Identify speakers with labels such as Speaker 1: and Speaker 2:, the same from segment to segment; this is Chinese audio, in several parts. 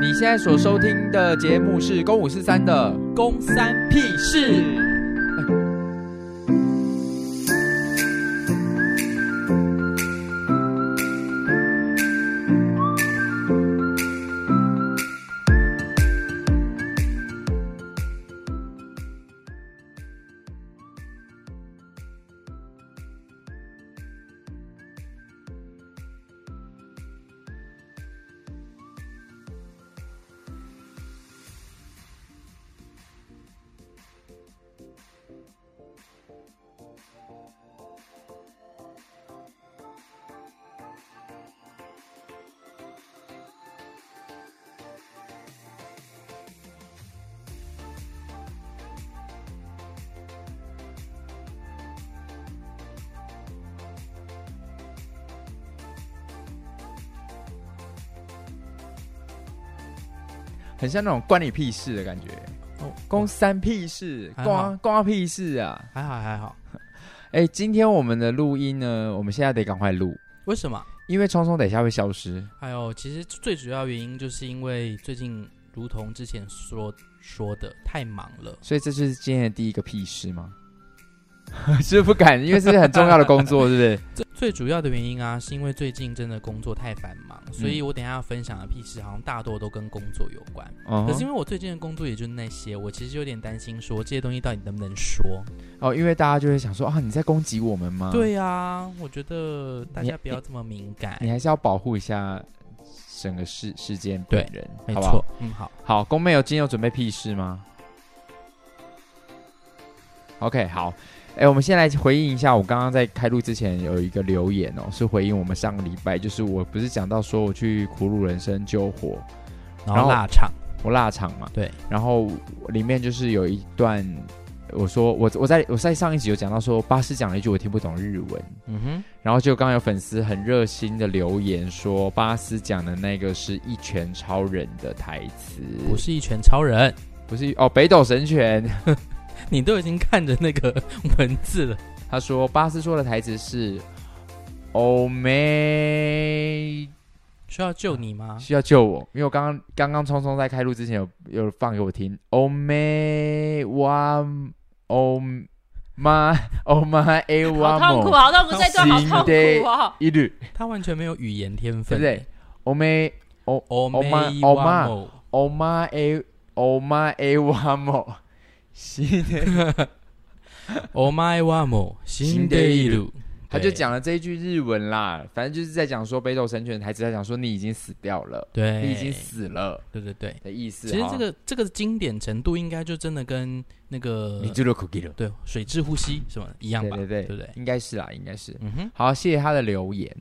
Speaker 1: 你现在所收听的节目是《公五四三》的
Speaker 2: 公三屁事，
Speaker 1: 很像那种关你屁事的感觉。
Speaker 2: 哦
Speaker 1: 公三屁事，
Speaker 2: 还好
Speaker 1: 关关屁事啊！
Speaker 2: 还好还好。
Speaker 1: 哎、今天我们的录音呢，我们现在得赶快录，
Speaker 2: 为什么？
Speaker 1: 因为聪聪等一下会消失。
Speaker 2: 还有，其实最主要原因就是因为最近，如同之前说说的，太忙了。
Speaker 1: 所以这是今天的第一个屁事吗？ 是不敢，因为这是很重要的工 作，是不是？
Speaker 2: 最最主要的原因啊，是因为最近真的工作太繁忙，
Speaker 1: 嗯
Speaker 2: 所以我等一下要分享的屁事好像大多都跟工作有关。
Speaker 1: 哦
Speaker 2: 可是因为我最近的工作也就是那些，我其实有点担心说这些东西到底能不能说。
Speaker 1: 哦，因为大家就会想说啊，你在攻击我们吗？，
Speaker 2: 对啊，我觉得大
Speaker 1: 你
Speaker 2: 家不要这么敏感
Speaker 1: 你。还是要保护一下整个事事件本人，
Speaker 2: 没
Speaker 1: 好不好
Speaker 2: 错？，嗯，好。
Speaker 1: 好，宫妹有今天有准备屁事吗？OK，好，哎、我们先来回应一下，我刚刚在开录之前有一个留言哦，是回应我们上个礼拜，就是我不是讲到说我去苦鲁人生救火，然
Speaker 2: 然
Speaker 1: 后
Speaker 2: 后腊肠，
Speaker 1: 我腊肠嘛，
Speaker 2: 对，
Speaker 1: 然后里面就是有一段，我说我我在我在上一集有讲到说巴士讲了一句我听不懂日文，
Speaker 2: 嗯哼，
Speaker 1: 然后就刚刚有粉丝很热心的留言说巴斯讲的那个是一拳超人的台词，
Speaker 2: 我是一拳超人。
Speaker 1: 不是哦北斗神拳，
Speaker 2: 你都已经看着那个文字了，
Speaker 1: 他说巴斯说的台词是。哦欧美
Speaker 2: 需要救你吗？
Speaker 1: 需要救我，因为我刚刚刚刚匆匆在开录之前有有放给我听。欧美哇欧妈欧妈哎哇
Speaker 3: 好痛苦，啊
Speaker 1: 莫
Speaker 3: 好痛苦，这段好痛苦哦！
Speaker 1: 一律
Speaker 2: 他完全没有语言天
Speaker 1: 对
Speaker 2: 分，
Speaker 1: 不对？？欧美
Speaker 2: 哦
Speaker 1: 哦妈
Speaker 2: 妹
Speaker 1: 哦
Speaker 2: 哇
Speaker 1: 妈
Speaker 2: 哦
Speaker 1: 欧妈哎欧妈哎哇莫西内
Speaker 2: 哦妈哇哦，新的一路，
Speaker 1: 他就讲了这一句日文啦，反正就是在讲说北斗神拳的台词，在讲说你已经死掉了，
Speaker 2: 对，
Speaker 1: 你已经哦死了
Speaker 2: 对对对。
Speaker 1: 的意思。
Speaker 2: 其实这个这个经典程度，应该就真的跟那个
Speaker 1: 你就了 cookie 了，
Speaker 2: 对水质呼吸什么一样
Speaker 1: 对
Speaker 2: 吧？
Speaker 1: 对对，
Speaker 2: 对不对？
Speaker 1: 应该是啊啦，应该是。
Speaker 2: 嗯哼，
Speaker 1: 好，谢谢他的留言。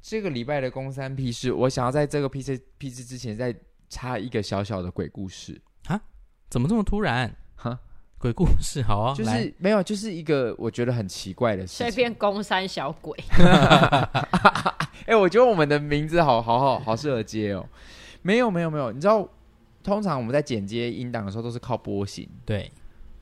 Speaker 1: 这个礼拜的公三屁事，我想要在这个屁事屁事之前再插一个小小的鬼故事，
Speaker 2: 怎么这么突然？
Speaker 1: 哈，
Speaker 2: 鬼故事好啊，
Speaker 1: 就
Speaker 2: 来
Speaker 1: 是没有，就是一个我觉得很奇怪的事
Speaker 3: 随
Speaker 1: 情。
Speaker 3: 便攻山小鬼，
Speaker 1: 哎、我觉得我们的名字好好好好适合接哦。没有没有没有，你知道，通常我们在剪接音档的时候都是靠波形，
Speaker 2: 对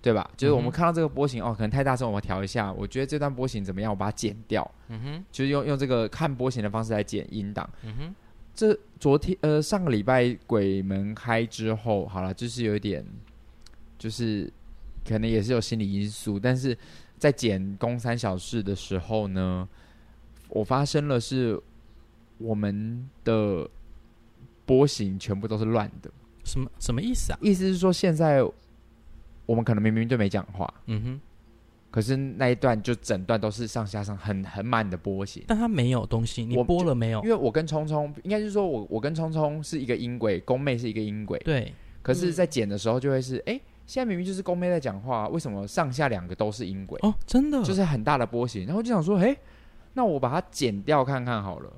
Speaker 1: 对吧？就是我们
Speaker 2: 嗯哼
Speaker 1: 看到这个波形哦，可能太大声，我们调一下。我觉得这段波形怎么样，我把它剪掉，
Speaker 2: 嗯哼，
Speaker 1: 就是用用这个看波形的方式来剪音档。
Speaker 2: 嗯哼，
Speaker 1: 这昨天呃上个礼拜鬼门开之后，好了，就是有一点，就是可能也是有心理因素，但是在剪公三小事的时候呢，我发生了是我们的波形全部都是乱的，
Speaker 2: 什么什么意思啊？
Speaker 1: 意思是说现在我们可能明明就没讲话，
Speaker 2: 嗯哼，
Speaker 1: 可是那一段就整段都是上下上很很满的波形。
Speaker 2: 但他没有东西，你
Speaker 1: 我
Speaker 2: 播了没有
Speaker 1: 因？为我跟聪聪，应该是说我我跟聪聪是一个音轨，宫妹是一个音轨，
Speaker 2: 对，
Speaker 1: 可是，在剪的时候就会是，哎、现在明明就是公妹在讲话，为什么上下两个都是音轨，
Speaker 2: 哦，真的，
Speaker 1: 就是很大的波形？然后就想说，哎、那我把它剪掉看看好了，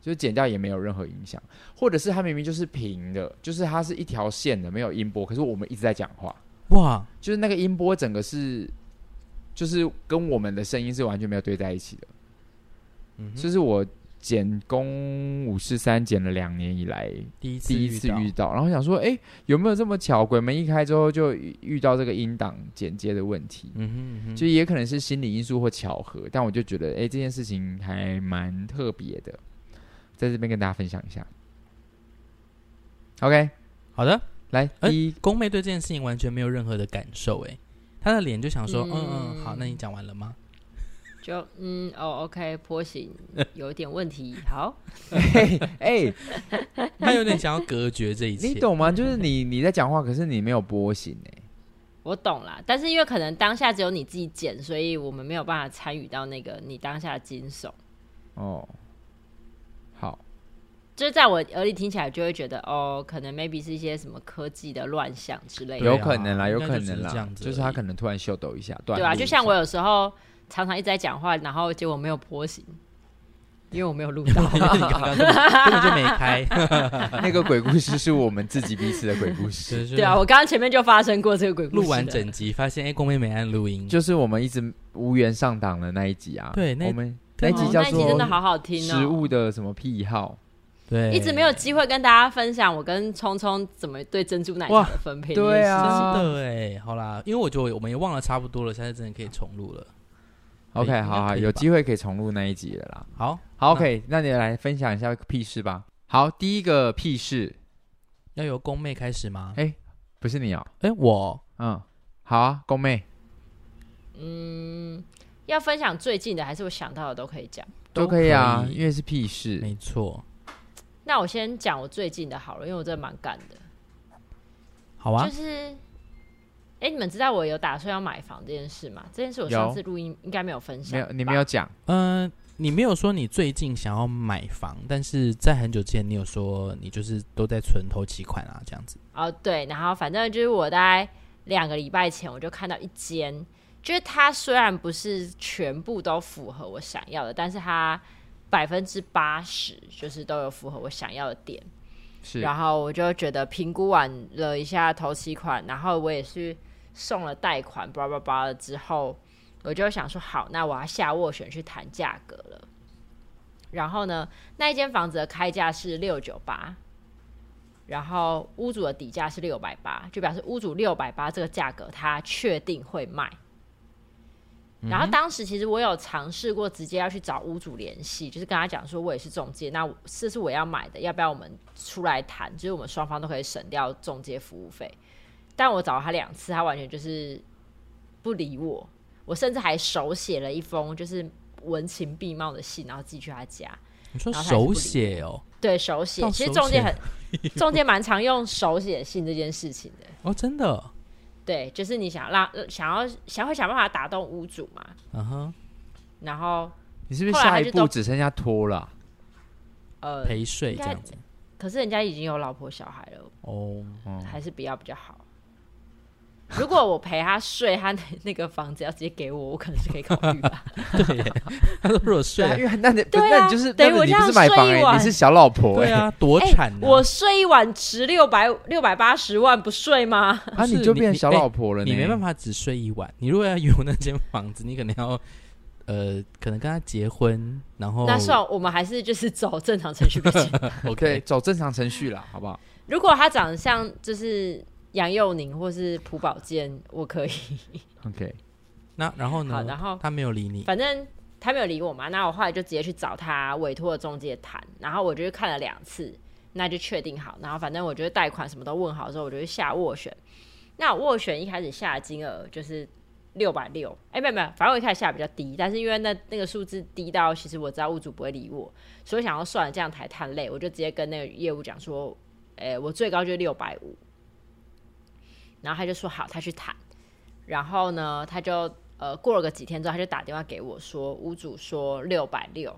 Speaker 1: 就是剪掉也没有任何影响，或者是它明明就是平的，就是它是一条线的，没有音波，可是我们一直在讲话，
Speaker 2: 哇，
Speaker 1: 就是那个音波整个是，就是跟我们的声音是完全没有对在一起的，
Speaker 2: 嗯哼
Speaker 1: 这、是我剪公五四三剪了两年以来
Speaker 2: 第一次
Speaker 1: 第一次
Speaker 2: 到
Speaker 1: 遇到，然后想说，哎、有没有这么巧？鬼门一开之后就遇遇到这个音档剪接的问题，
Speaker 2: 嗯哼嗯哼，
Speaker 1: 就也可能是心理因素或巧合，但我就觉得，哎、这件事情还蛮特别的，在这边跟大家分享一下。 OK，
Speaker 2: 好的，
Speaker 1: 来
Speaker 2: 哎
Speaker 1: 第一，
Speaker 2: 宫妹对这件事情完全没有任何的感受，哎，她的脸就想说，嗯
Speaker 3: 嗯
Speaker 2: 嗯，好，那你讲完了 吗？
Speaker 3: 就嗯哦，OK，波形有点问题，好，
Speaker 1: 嘿哎，
Speaker 2: 她有点想要隔绝这一切 嗯
Speaker 1: 你。懂吗？就是你你在讲话，可是你没有波形哎。
Speaker 3: 我懂啦。但是因为可能当下只有你自己剪，所以我们没有办法参与到那个你当下的惊悚。
Speaker 1: 哦，好，
Speaker 3: 就是在我耳里听起来就会觉得哦，可能 maybe 是一些什么科技的乱象之类的，
Speaker 2: 对啊
Speaker 1: 有可能啦，有
Speaker 2: 应该就
Speaker 1: 可
Speaker 2: 只是
Speaker 1: 能啦
Speaker 2: 这样，子
Speaker 1: 就是
Speaker 2: 而
Speaker 1: 他
Speaker 2: 已
Speaker 1: 可能突然秀抖一下，对
Speaker 3: 对啊，就像我有时候常常一直在讲话，然后结果没有波形，因为我没有录 到。
Speaker 2: 因为你刚刚根本根本就没 开，
Speaker 1: 那个鬼故事是我们自己彼此的鬼故 事，
Speaker 2: 对
Speaker 3: 对啊，我刚刚前面就发生过这个鬼故事的。
Speaker 2: 录完整集发现，哎，宫妹没按录音，
Speaker 1: 就是我们一直无缘上档的那一集啊。
Speaker 2: 对那
Speaker 1: 我们那
Speaker 2: 对
Speaker 1: 一
Speaker 3: 哦
Speaker 1: 集叫
Speaker 3: 那一集真的
Speaker 1: 做
Speaker 3: 好好听
Speaker 1: 食
Speaker 3: 哦。
Speaker 1: 物的什么癖好，
Speaker 2: 对，
Speaker 3: 一直没有机会跟大家分享我跟聪聪怎么对珍珠奶茶的分配。
Speaker 1: 对
Speaker 2: 真
Speaker 1: 啊
Speaker 2: 的哎，好啦，因为我觉得我们也忘了差不多了，下次真的可以重录了。对
Speaker 1: OK，
Speaker 2: 应该
Speaker 1: 好好，
Speaker 2: 可以
Speaker 1: 有
Speaker 2: 吧嗯
Speaker 1: 机会可以重录那一集了啦。
Speaker 2: 好，
Speaker 1: 好
Speaker 2: 那
Speaker 1: ，OK，那你来分享一下屁事吧。好，第一个屁事
Speaker 2: 要由宫妹开始吗？
Speaker 1: 不是你哦，
Speaker 2: 哎，我
Speaker 1: 嗯，好啊，宫妹
Speaker 3: 嗯，要分享最近的还是我想到的都可以讲。
Speaker 1: 都
Speaker 2: 都
Speaker 1: 可以啊，
Speaker 2: 可以
Speaker 1: 因为是屁事。
Speaker 2: 没错，
Speaker 3: 那我先讲我最近的好了，因为我真的蛮赶的。
Speaker 2: 好啊
Speaker 3: 就，是，哎、你们知道我有打算要买房这件事吗？这件事我上
Speaker 1: 有
Speaker 3: 次录音应该没有分享，
Speaker 1: 没有，你没有。讲，
Speaker 2: 嗯，你没有说你最近想要买房，但是在很久之前你有说你就是都在存头期款啊，这样子。
Speaker 3: 哦，对，然后反正就是我大概两个礼拜前我就看到一间，就是它虽然不是全部都符合我想要的，但是它百分之八十就是都有符合我想要的点。
Speaker 1: 是
Speaker 3: 然后我就觉得评估完了一下头期款，然后我也是送了贷款，叭叭叭了之后，我就想说好，那我要下斡旋去谈价格了。然后呢，那一间房子的开价是六九八，然后屋主的底价是六百八，就表示屋主六百八这个价格他确定会卖。
Speaker 2: 嗯
Speaker 3: 然后当时其实我有尝试过直接要去找屋主联系，就是跟他讲说我也是中介，那我这是我要买的，要不要我们出来谈？就是我们双方都可以省掉中介服务费。但我找了他两次，他完全就是不理我。我甚至还手写了一封就是文情并茂的信，然后寄去他家。
Speaker 2: 你说
Speaker 3: 然后他还是
Speaker 2: 手
Speaker 3: 不理
Speaker 2: 写哦，
Speaker 3: 对手写，
Speaker 2: 到
Speaker 3: 其实
Speaker 2: 手
Speaker 3: 中介
Speaker 2: 写
Speaker 3: 很 中介蛮常用手写信这件事情的。
Speaker 2: 哦，真的，
Speaker 3: 对，就是你想让呃想要想会想办法打动屋主嘛，
Speaker 2: 嗯哼，
Speaker 3: 然后
Speaker 1: 你是不是
Speaker 3: 后来
Speaker 1: 下
Speaker 3: 他
Speaker 1: 一
Speaker 3: 就
Speaker 1: 步
Speaker 3: 都
Speaker 1: 只剩下拖了啊？
Speaker 3: 呃，
Speaker 2: 陪睡
Speaker 3: 应
Speaker 2: 这
Speaker 3: 该
Speaker 2: 样子。
Speaker 3: 可是人家已经有老婆小孩了，
Speaker 2: 哦，
Speaker 1: 哦
Speaker 3: 还是不要比较好。如果我陪他睡，他那那个房子要直接给我，我可能是可以考虑吧。
Speaker 2: 对耶，他说如果睡
Speaker 1: 对 啊，
Speaker 2: 了
Speaker 1: 因，为那你不
Speaker 3: 对啊
Speaker 1: 那你就是
Speaker 3: 等于
Speaker 1: 那
Speaker 3: 我
Speaker 1: 你
Speaker 3: 这
Speaker 1: 不
Speaker 3: 样
Speaker 1: 是买房
Speaker 3: 睡一
Speaker 1: 哎，
Speaker 3: 晚
Speaker 1: 你是小老婆哎，
Speaker 2: 对啊，多惨啊！
Speaker 3: 我睡一晚值六百六百八十万，不睡吗？
Speaker 1: 啊，
Speaker 2: 是
Speaker 1: 你就
Speaker 2: 你
Speaker 1: 变
Speaker 2: 你
Speaker 1: 小
Speaker 2: 哎
Speaker 1: 老婆了呢，
Speaker 2: 你没办法只睡一晚，你如果要有那间房子，你可能要呃，可能跟他结婚，然后
Speaker 3: 那算我们还是就是走正常程序比较 简单
Speaker 1: 对，
Speaker 2: OK，
Speaker 1: 走正常程序啦，好不好？
Speaker 3: 如果他长得像就是杨佑宁或是朴宝剑，我可以。
Speaker 1: OK，
Speaker 2: 那然后呢
Speaker 3: 好？然后
Speaker 2: 他没有理你，
Speaker 3: 反正他没有理我嘛，那我后来就直接去找他委托的中介谈，然后我就是看了两次，那就确定好，然后反正我觉得贷款什么都问好之后，我就去下斡旋。那我斡旋一开始下的金额就是六百六，哎，没有没有，反正我一开始下比较低，但是因为那那个数字低到其实我知道屋主不会理我，所以我想要算了这样才太累，我就直接跟那个业务讲说，哎，我最高就六百五，然后他就说好，他去谈。然后呢，他就呃过了个几天之后，他就打电话给我说，屋主说六百六，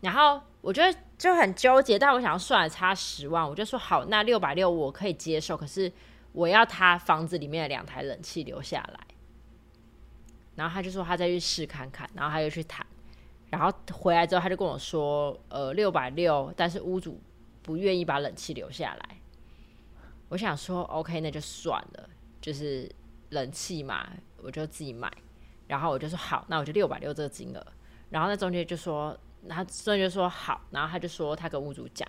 Speaker 3: 然后我觉得就很纠结，但我想要算了差十万，我就说好，那六百六我可以接受，可是我要他房子里面的两台冷气留下来。然后他就说他再去试看看，然后他就去谈，然后回来之后他就跟我说，呃，六百六，但是屋主不愿意把冷气留下来。我想说，OK，那就算了，就是冷气嘛，我就自己买。然后我就说好，那我就六百六这个金额。然后那中介就说，然后中介就说好，然后他就说他跟屋主讲，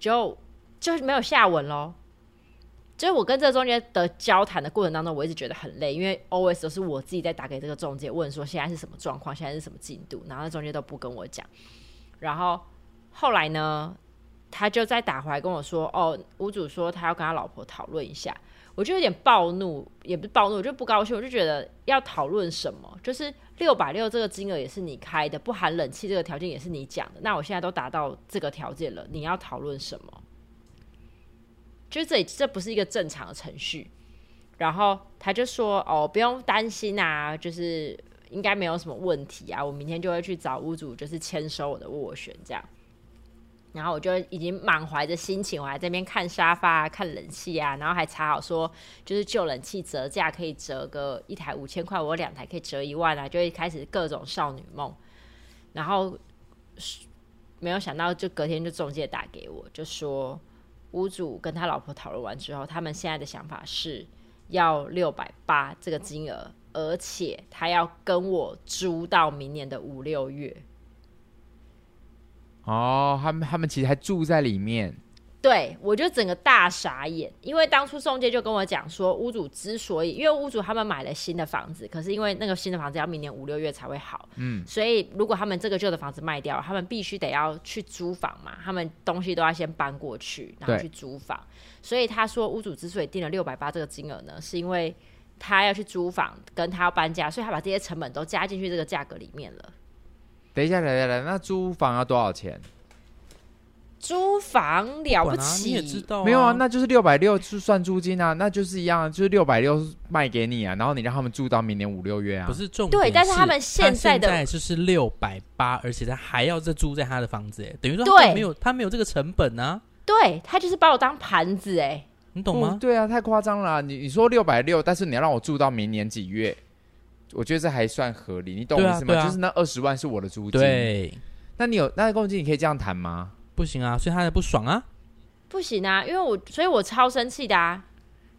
Speaker 3: 就就没有下文喽。就是我跟这个中介的交谈的过程当中，我一直觉得很累，因为 always 都是我自己在打给这个中介问说现在是什么状况，现在是什么进度，然后那中介都不跟我讲。然后后来呢，他就再打回来跟我说，哦，屋主说他要跟他老婆讨论一下，我就有点暴怒，也不是暴怒，我就不高兴，我就觉得要讨论什么，就是六百六这个金额也是你开的，不含冷气这个条件也是你讲的，那我现在都达到这个条件了，你要讨论什么？就是这里这不是一个正常的程序。然后他就说：“哦，不用担心啊，就是应该没有什么问题啊，我明天就会去找屋主，就是签收我的斡旋这样。”然后我就已经满怀着心情，我还在那边看沙发、啊、看冷气啊，然后还查好说，就是旧冷气折价可以折个一台五千块，我两台可以折一万啊，就啊会开始各种少女梦。然后没有想到，就隔天就中介打给我，就说屋主跟他老婆讨论完之后，他们现在的想法是。要六百八这个金额，而且他要跟我租到明年的五六月。
Speaker 1: 哦，他们他们其实还住在里面。
Speaker 3: 对，我就整个大傻眼，因为当初中介就跟我讲说，屋主之所以，因为屋主他们买了新的房子，可是因为那个新的房子要明年五六月才会好，嗯，所以如果他们这个旧的房子卖掉，他们必须得要去租房嘛，他们东西都要先搬过去，然后
Speaker 1: 对
Speaker 3: 去租房。所以他说，屋主之所以定了六百八这个金额呢，是因为他要去租房，跟他要搬家，所以他把这些成本都加进去这个价格里面了。
Speaker 1: 等一下，来来来，那租房要多少钱？
Speaker 3: 租房了不
Speaker 2: 管啊，你也知
Speaker 3: 起，
Speaker 2: 道、
Speaker 1: 没有啊，那就是六百六是算租金啊，那就是一样啊，就是六百六卖给你啊，然后你让他们住到明年五六月啊。
Speaker 2: 不是重
Speaker 3: 对
Speaker 2: 点
Speaker 3: 但是他
Speaker 2: 他
Speaker 3: 们现
Speaker 2: 在
Speaker 3: 在的
Speaker 2: 就是六百八，而且他还要再租在他的房子，哎，等于说他
Speaker 3: 对
Speaker 2: 根本没有他没有这个成本啊，
Speaker 3: 对他就是把我当盘子哎、
Speaker 2: 你懂
Speaker 1: 不
Speaker 2: 吗？
Speaker 1: 对啊，太夸张了啊、你你说六百六，但是你要让我住到明年几月？我觉得这还算合理，你懂我
Speaker 2: 对啊
Speaker 1: 意思吗？
Speaker 2: 对啊
Speaker 1: 就是那二十万是我的租金。，
Speaker 2: 对，
Speaker 1: 那你有那公积金你可以这样谈吗？
Speaker 2: 不行啊，所以他才不爽啊。
Speaker 3: 不行啊，因为我，所以我超生气的啊！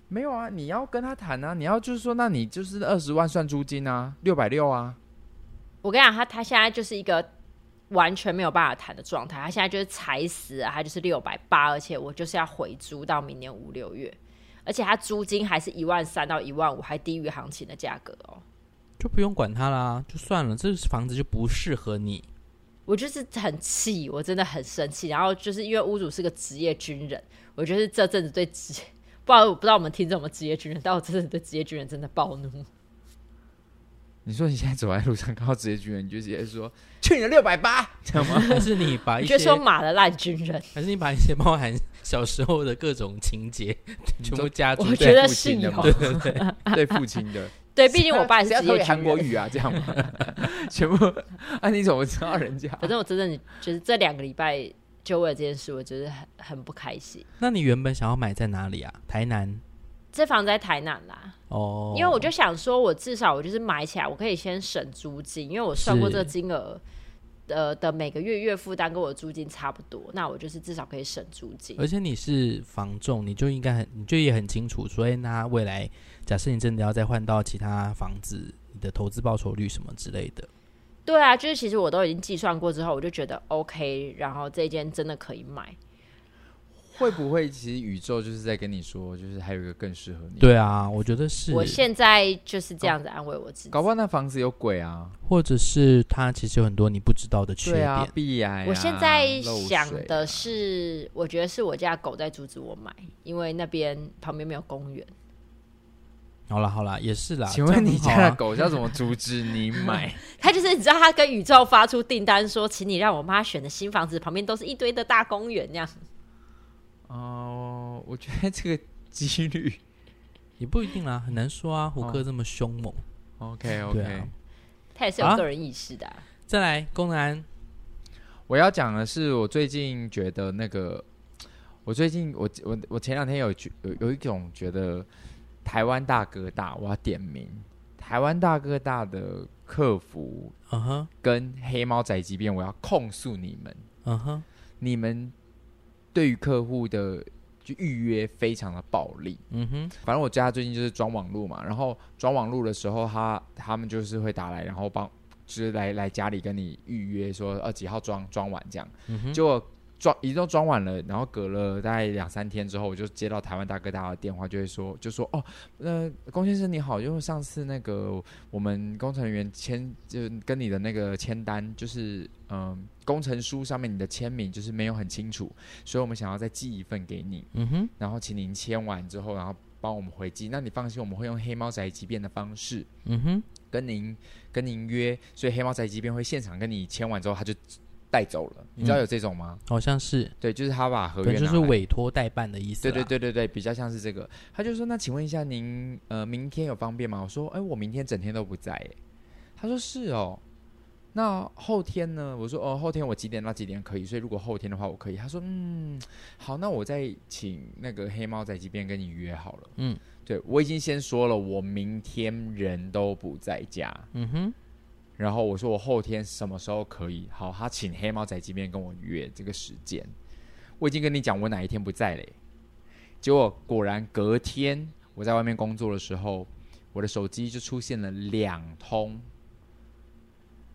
Speaker 1: 没有啊，你要跟他谈啊，你要就是说，那你就是二十万算租金啊，六百六啊。
Speaker 3: 我跟你讲，他他现在就是一个完全没有办法谈的状态，他现在就是踩死啊，他就是六百八，而且我就是要回租到明年五六月，而且他租金还是一万三到一万五，还低于行情的价格哦。
Speaker 2: 就不用管他啦，就算了，这房子就不适合 你。
Speaker 3: 我就是很气，我真的很生气。然后就是因为屋主是个职业军人，我就是这阵子对职，不知道我不知道我们听众有没有职业军人，但我这阵子对职业军人真的暴怒。
Speaker 1: 你说你现在走在路上看到职业军人，你就直接说去你的六百八，这样吗？
Speaker 2: 还是你把啊一
Speaker 3: 你
Speaker 2: 些
Speaker 3: 就，说马的烂军人，
Speaker 2: 还是你把一些包含小时候的各种情 节全部加进
Speaker 3: 我
Speaker 2: 去。
Speaker 3: 觉得
Speaker 1: 父
Speaker 3: 是
Speaker 1: 亲的
Speaker 3: 有
Speaker 1: 嘛，
Speaker 2: 对对对，
Speaker 1: 对父亲 的。
Speaker 3: 对，毕竟我爸也是
Speaker 1: 谁要
Speaker 3: 职
Speaker 1: 投
Speaker 3: 业
Speaker 1: 给
Speaker 3: 军
Speaker 1: 韩
Speaker 3: 人。
Speaker 1: 国语啊，这样吗？ 全部 啊，你怎么知道人家？
Speaker 3: 反正我真的就是这两个礼拜就为了这件事，我觉得很很不开心。
Speaker 2: 那你原本想要买在哪里啊？台南
Speaker 3: 这房子在台南啦，
Speaker 2: 哦，
Speaker 3: 因为我就想说，我至少我就是买起来，我可以先省租金，因为我算过这个金额，呃的每个月月负担跟我租金差不多，那我就是至少可以省租金。
Speaker 2: 而且你是房仲，你就应该很，你就也很清楚，所以那未来假设你真的要再换到其他房子，你的投资报酬率什么之类的，
Speaker 3: 对啊，就是其实我都已经计算过之后，我就觉得 OK，然后这间真的可以买。
Speaker 1: 会不会其实宇宙就是在跟你说，就是还有一个更适合你？，
Speaker 2: 对啊，我觉得是，
Speaker 3: 我现在就是这样子安慰我自己。
Speaker 1: 搞不好那房子有鬼啊！
Speaker 2: 或者是它其实有很多你不知道的缺
Speaker 1: 对
Speaker 2: 点，
Speaker 1: 啊，壁癌、啊。
Speaker 3: 我现在
Speaker 1: 漏水
Speaker 3: 想的
Speaker 1: 啊，
Speaker 3: 是，我觉得是我家狗在阻止我买，因为那边旁边没有公园。
Speaker 2: 好啦好啦，也是啦，
Speaker 1: 请问你
Speaker 2: 这
Speaker 1: 家
Speaker 2: 样很
Speaker 1: 的
Speaker 2: 好啊
Speaker 1: 狗是要怎么阻止你买？
Speaker 3: 他就是你知道，他跟宇宙发出订单说，请你让我妈选的新房子旁边都是一堆的大公园那样。
Speaker 1: 哦、我觉得这个几 率
Speaker 2: 也不一定啦，很难说
Speaker 1: 哦
Speaker 2: 啊，胡歌这么凶猛，
Speaker 1: OK
Speaker 2: 对
Speaker 1: OK、
Speaker 2: 啊
Speaker 3: 他也是有
Speaker 2: 啊
Speaker 3: 个人意识的啊、
Speaker 2: 再来，公然
Speaker 1: 我要讲的是，我最近觉得那个，我最近我我我前两天有觉有有一种觉得台湾大哥大，我要点名台湾大哥大的客服
Speaker 2: 嗯哼，
Speaker 1: 跟黑猫宅急便，我要控诉你们，
Speaker 2: 嗯哼，
Speaker 1: 你们对于客户的就预约非常的暴力。
Speaker 2: 嗯哼，
Speaker 1: 反正我家最近就是装网路嘛，然后装网路的时候他，他们就是会打来，然后帮就是来来家里跟你预约说呃几号装装完这样，
Speaker 2: 嗯哼，
Speaker 1: 结果装已经都装完了，然后隔了大概两三天之后，我就接到台湾大哥大的电话，就会说就说哦，呃，龚先生你好，因为上次那个我们工程员签就跟你的那个签单，就是嗯、工程书上面你的签名就是没有很清楚，所以我们想要再寄一份给你，
Speaker 2: 嗯哼，
Speaker 1: 然后请您签完之后，然后帮我们回寄。那你放心，我们会用黑猫宅急便的方式，
Speaker 2: 嗯哼，
Speaker 1: 跟您跟您约，所以黑猫宅急便会现场跟你签完之后，他就带走了。你知道有这种吗？
Speaker 2: 好像是，
Speaker 1: 对，就是他把合
Speaker 2: 可
Speaker 1: 约
Speaker 2: 能就
Speaker 1: 拿
Speaker 2: 是啊
Speaker 1: 来
Speaker 2: 委托代办的意思。
Speaker 1: 欸对对，对对对，比较像是这个。他就说：“那请问一下您，呃，明天有方便吗？”我说：“哎，我明天整天都不在。”哎，他说：“是哦。”那后天呢？我说：“哦，后天我几点到几点可以？所以如果后天的话，我可以。”他说：“嗯，好，那我再请那个黑猫宅急便跟你约好了。”
Speaker 2: 嗯，
Speaker 1: 对我已经先说了，我明天人都不在家。
Speaker 2: 嗯哼，
Speaker 1: 然后我说我后天什么时候可以？好，他请黑猫宅急便跟我约这个时间。我已经跟你讲我哪一天不在嘞。结果果然隔天我在外面工作的时候，我的手机就出现了两通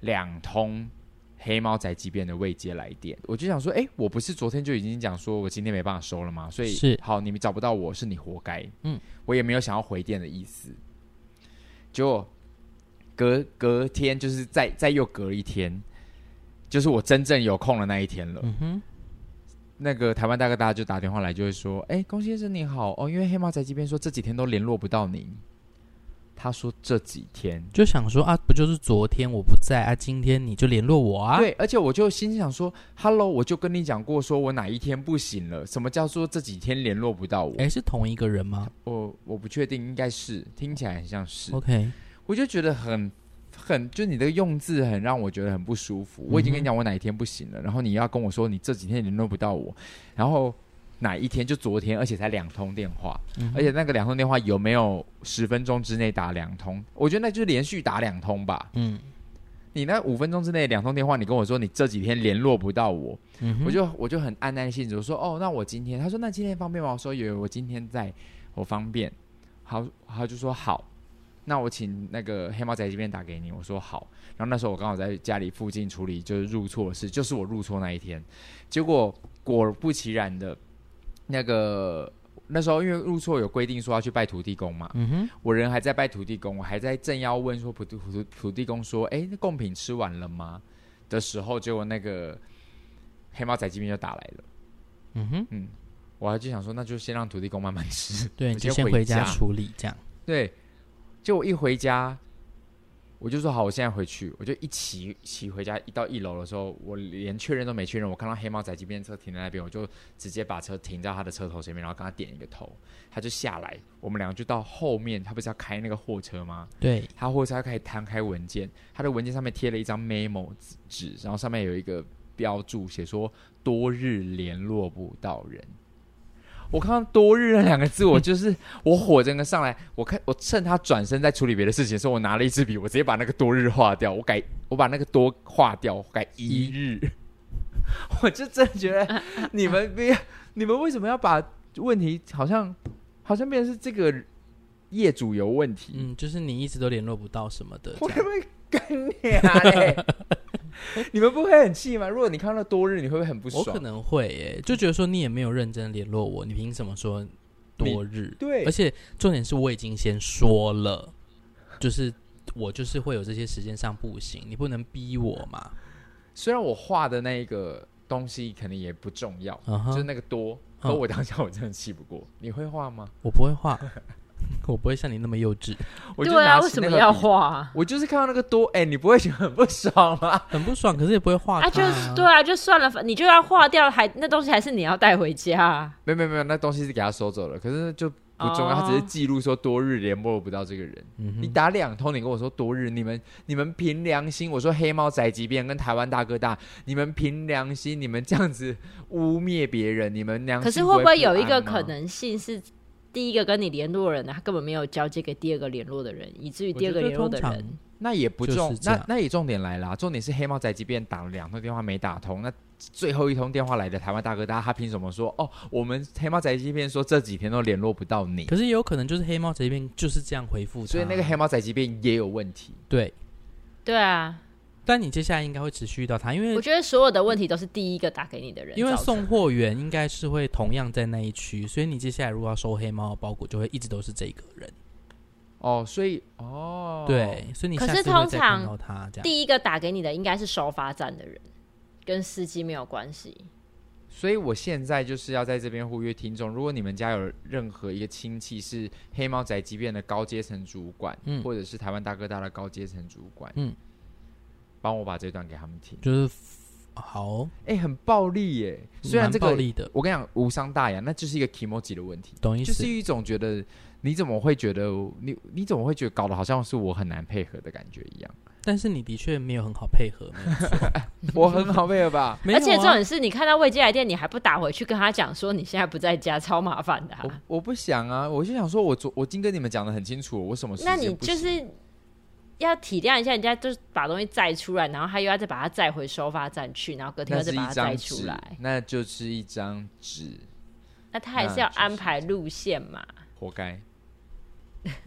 Speaker 1: 两通黑猫宅急便的未接来电。我就想说，哎，我不是昨天就已经讲说我今天没办法收了吗？所以
Speaker 2: 是
Speaker 1: 好，你们找不到我是你活该。
Speaker 2: 嗯，
Speaker 1: 我也没有想要回电的意思。结果隔隔天就是再再又隔一天，就是我真正有空的那一天了。
Speaker 2: 嗯哼，
Speaker 1: 那个台湾大哥大就打电话来，就会说：“哎、龚先生你好哦，因为黑猫宅急便说这几天都联络不到您。”他说这几天，
Speaker 2: 就想说啊，不就是昨天我不在啊，今天你就联络我啊？，
Speaker 1: 对，而且我就心想说：“Hello，我就跟你讲过，说我哪一天不行了，什么叫做这几天联络不到我？
Speaker 2: 哎，是同一个人吗
Speaker 1: 我我不确定，应该是听起来很像是。
Speaker 2: ？OK，
Speaker 1: 我就觉得很很，就你的用字很让我觉得很不舒服。我已经跟你
Speaker 2: 嗯
Speaker 1: 讲我哪一天不行了，然后你要跟我说你这几天联络不到我，然后哪一天就昨天，而且才两通电话，
Speaker 2: 嗯哼
Speaker 1: 而且那个两通电话有没有十分钟之内打两通？我觉得那就是连续打两通吧。
Speaker 2: 嗯
Speaker 1: 你那五分钟之内两通电话，你跟我说你这几天联络不到我，
Speaker 2: 嗯哼，
Speaker 1: 我就我就很按耐性子，我说哦，那我今天，他说那今天方便吗？我说有，我今天在，我方便。好，他就说好，那我请那个黑猫仔这边打给你。我说好，然后那时候我刚好在家里附近处理就是入错的事，就是我入错那一天，结果果不其然的，那个那时候因为入错有规定说要去拜土地公嘛，
Speaker 2: 嗯哼，
Speaker 1: 我人还在拜土地公，我还在正要问说土地土土地公说，哎，那贡品吃完了吗？的时候，结果那个黑猫仔鸡面就打来了，
Speaker 2: 嗯哼，
Speaker 1: 我还就想说，那就先让土地公慢慢吃，
Speaker 2: 对，
Speaker 1: 我
Speaker 2: 你就
Speaker 1: 先
Speaker 2: 先
Speaker 1: 回
Speaker 2: 回
Speaker 1: 家
Speaker 2: 家处理这样。
Speaker 1: 对，就我一回家，我就说好，我现在回去，我就一骑骑回家，一到一楼的时候，我连确认都没确认，我看到黑猫仔机边车停在那边，我就直接把车停到他的车头前面，然后跟他点一个头，他就下来，我们两个就到后面，他不是要开那个货车吗？
Speaker 2: 对，
Speaker 1: 他货车开始摊开文件，他的文件上面贴了一张 memo 纸，然后上面有一个标注，写说多日联络不到人。我看到“多日”那两个字，我就是我火整个上来，我看我趁他转身在处理别的事情的时候，我拿了一支笔，我直接把那个“多日”划掉，我改我把那个“多”划掉，我改一日。我就真的觉得你们别，你们为什么要把问题好像好像变成是这个业主有问题？
Speaker 2: 嗯，就是你一直都联络不到什么的这
Speaker 1: 我
Speaker 2: 样。
Speaker 1: 会不会干你啊嘞？ 你们不会很气吗？如果你看到多日，你会不会很不
Speaker 2: 我可
Speaker 1: 爽？
Speaker 2: 能会耶、就觉得说你也没有认真联络我，你凭什么说多日？
Speaker 1: 对
Speaker 2: 而，且重点是我已经先说了，就是我就是会有这些时间上不行，你不能逼我嘛。
Speaker 1: 虽然我画的那一个东西可能也不重要，
Speaker 2: 嗯
Speaker 1: 就是
Speaker 2: 哼，
Speaker 1: 那个多，
Speaker 2: 嗯
Speaker 1: 可我当下我真的气不过。你会画吗？
Speaker 2: 我不会画， 我不会像你那么幼稚，
Speaker 1: 我就
Speaker 3: 对啊，
Speaker 1: 拿
Speaker 3: 为
Speaker 1: 起
Speaker 3: 什
Speaker 1: 那
Speaker 3: 么
Speaker 1: 个
Speaker 3: 要
Speaker 1: 笔？
Speaker 3: 画啊？
Speaker 1: 我就是看到那个多，哎、你不会觉得很不爽吗？
Speaker 2: 很不爽，可是也不会画它、
Speaker 3: 啊，就是对啊，就算了，反你就要化掉，还那东西还是你要带回家啊。
Speaker 1: 没有没有没有，那东西是给他收走了，可是就不重要，
Speaker 3: 哦
Speaker 1: 他只是记录说多日联络不到这个人。
Speaker 2: 嗯
Speaker 1: 你
Speaker 2: 哼，
Speaker 1: 打两通，你跟我说多日，你们你们凭良心，我说黑猫宅急便跟台湾大哥大，你们凭良心，你们这样子污蔑别人，你们良
Speaker 3: 可
Speaker 1: 心
Speaker 3: 是
Speaker 1: 不
Speaker 3: 会
Speaker 1: 不
Speaker 3: 不会有一
Speaker 1: 安
Speaker 3: 个
Speaker 1: 吗
Speaker 3: 可？能性是，第一个跟你联络的人呢，他根本没有交接给第二个联络的人，以至于
Speaker 2: 我
Speaker 3: 第二
Speaker 2: 觉
Speaker 3: 个
Speaker 2: 得
Speaker 3: 联络的
Speaker 2: 通
Speaker 3: 人
Speaker 2: 常
Speaker 1: 那也不
Speaker 2: 就是
Speaker 1: 重，
Speaker 2: 这
Speaker 1: 那
Speaker 2: 样
Speaker 1: 那也重点来啦，重点是黑猫宅急便打了两通电话没打通，那最后一通电话来的台湾大哥大，他凭什么说哦，我们黑猫宅急便说这几天都联络不到你，
Speaker 2: 可是也有可能就是黑猫这边就是这样回复它，
Speaker 1: 所以那个黑猫宅急便也有问题。
Speaker 2: 对，
Speaker 3: 对啊，
Speaker 2: 但你接下来应该会持续遇到他，因为
Speaker 3: 我觉得所有的问题都是第一个打给你的
Speaker 2: 嗯
Speaker 3: 人
Speaker 2: 因为
Speaker 3: 造成
Speaker 2: 送货员应该是会同样在那一区，所以你接下来如果要收黑猫的包裹，就会一直都是这个人。
Speaker 1: 哦，所以哦，
Speaker 2: 对，，所以你
Speaker 3: 可
Speaker 2: 下
Speaker 3: 是
Speaker 2: 次
Speaker 3: 通
Speaker 2: 会再看
Speaker 3: 常
Speaker 2: 到他这样。
Speaker 3: 第一个打给你的应该是收发站的人，跟司机没有关系。
Speaker 1: 所以我现在就是要在这边呼吁听众，如果你们家有任何一个亲戚是黑猫宅急便的高阶层主管，
Speaker 2: 嗯
Speaker 1: 或者是台湾大哥大的高阶层主管，
Speaker 2: 嗯
Speaker 1: 帮我把这段给他们听。
Speaker 2: 就是好，
Speaker 1: 哎、很暴力耶！虽然
Speaker 2: 嗯蛮
Speaker 1: 这
Speaker 2: 暴
Speaker 1: 个
Speaker 2: 力的，
Speaker 1: 我跟你讲无伤大雅，那就是一个 k i m o j i 的问题，
Speaker 2: 懂意
Speaker 1: 就
Speaker 2: 思？
Speaker 1: 是一种觉得你怎么会觉得你你怎么会觉得搞得好像是我很难配合的感觉一 样，
Speaker 2: 但是你的确没有很好配合，没有错
Speaker 1: 我很好配合吧？
Speaker 2: 没有、啊、
Speaker 3: 而且重点是你看到未接来电，你还不打回去跟他讲说你现在不在家，超麻烦的啊、
Speaker 1: 我我不想啊，我就想说我昨我今跟你们讲的很清楚，我什么时
Speaker 3: 那
Speaker 1: 间
Speaker 3: 你
Speaker 1: 不
Speaker 3: 就
Speaker 1: 行
Speaker 3: 是要体谅一下人家，就是把东西载出来，然后他又要再把它载回收发站去，然后隔天
Speaker 1: 那
Speaker 3: 又再
Speaker 1: 是
Speaker 3: 把
Speaker 1: 一
Speaker 3: 它
Speaker 1: 张
Speaker 3: 载出
Speaker 1: 纸
Speaker 3: 来，，
Speaker 1: 那就是一张纸，
Speaker 3: 那他还是要安排路线嘛。
Speaker 1: 活该，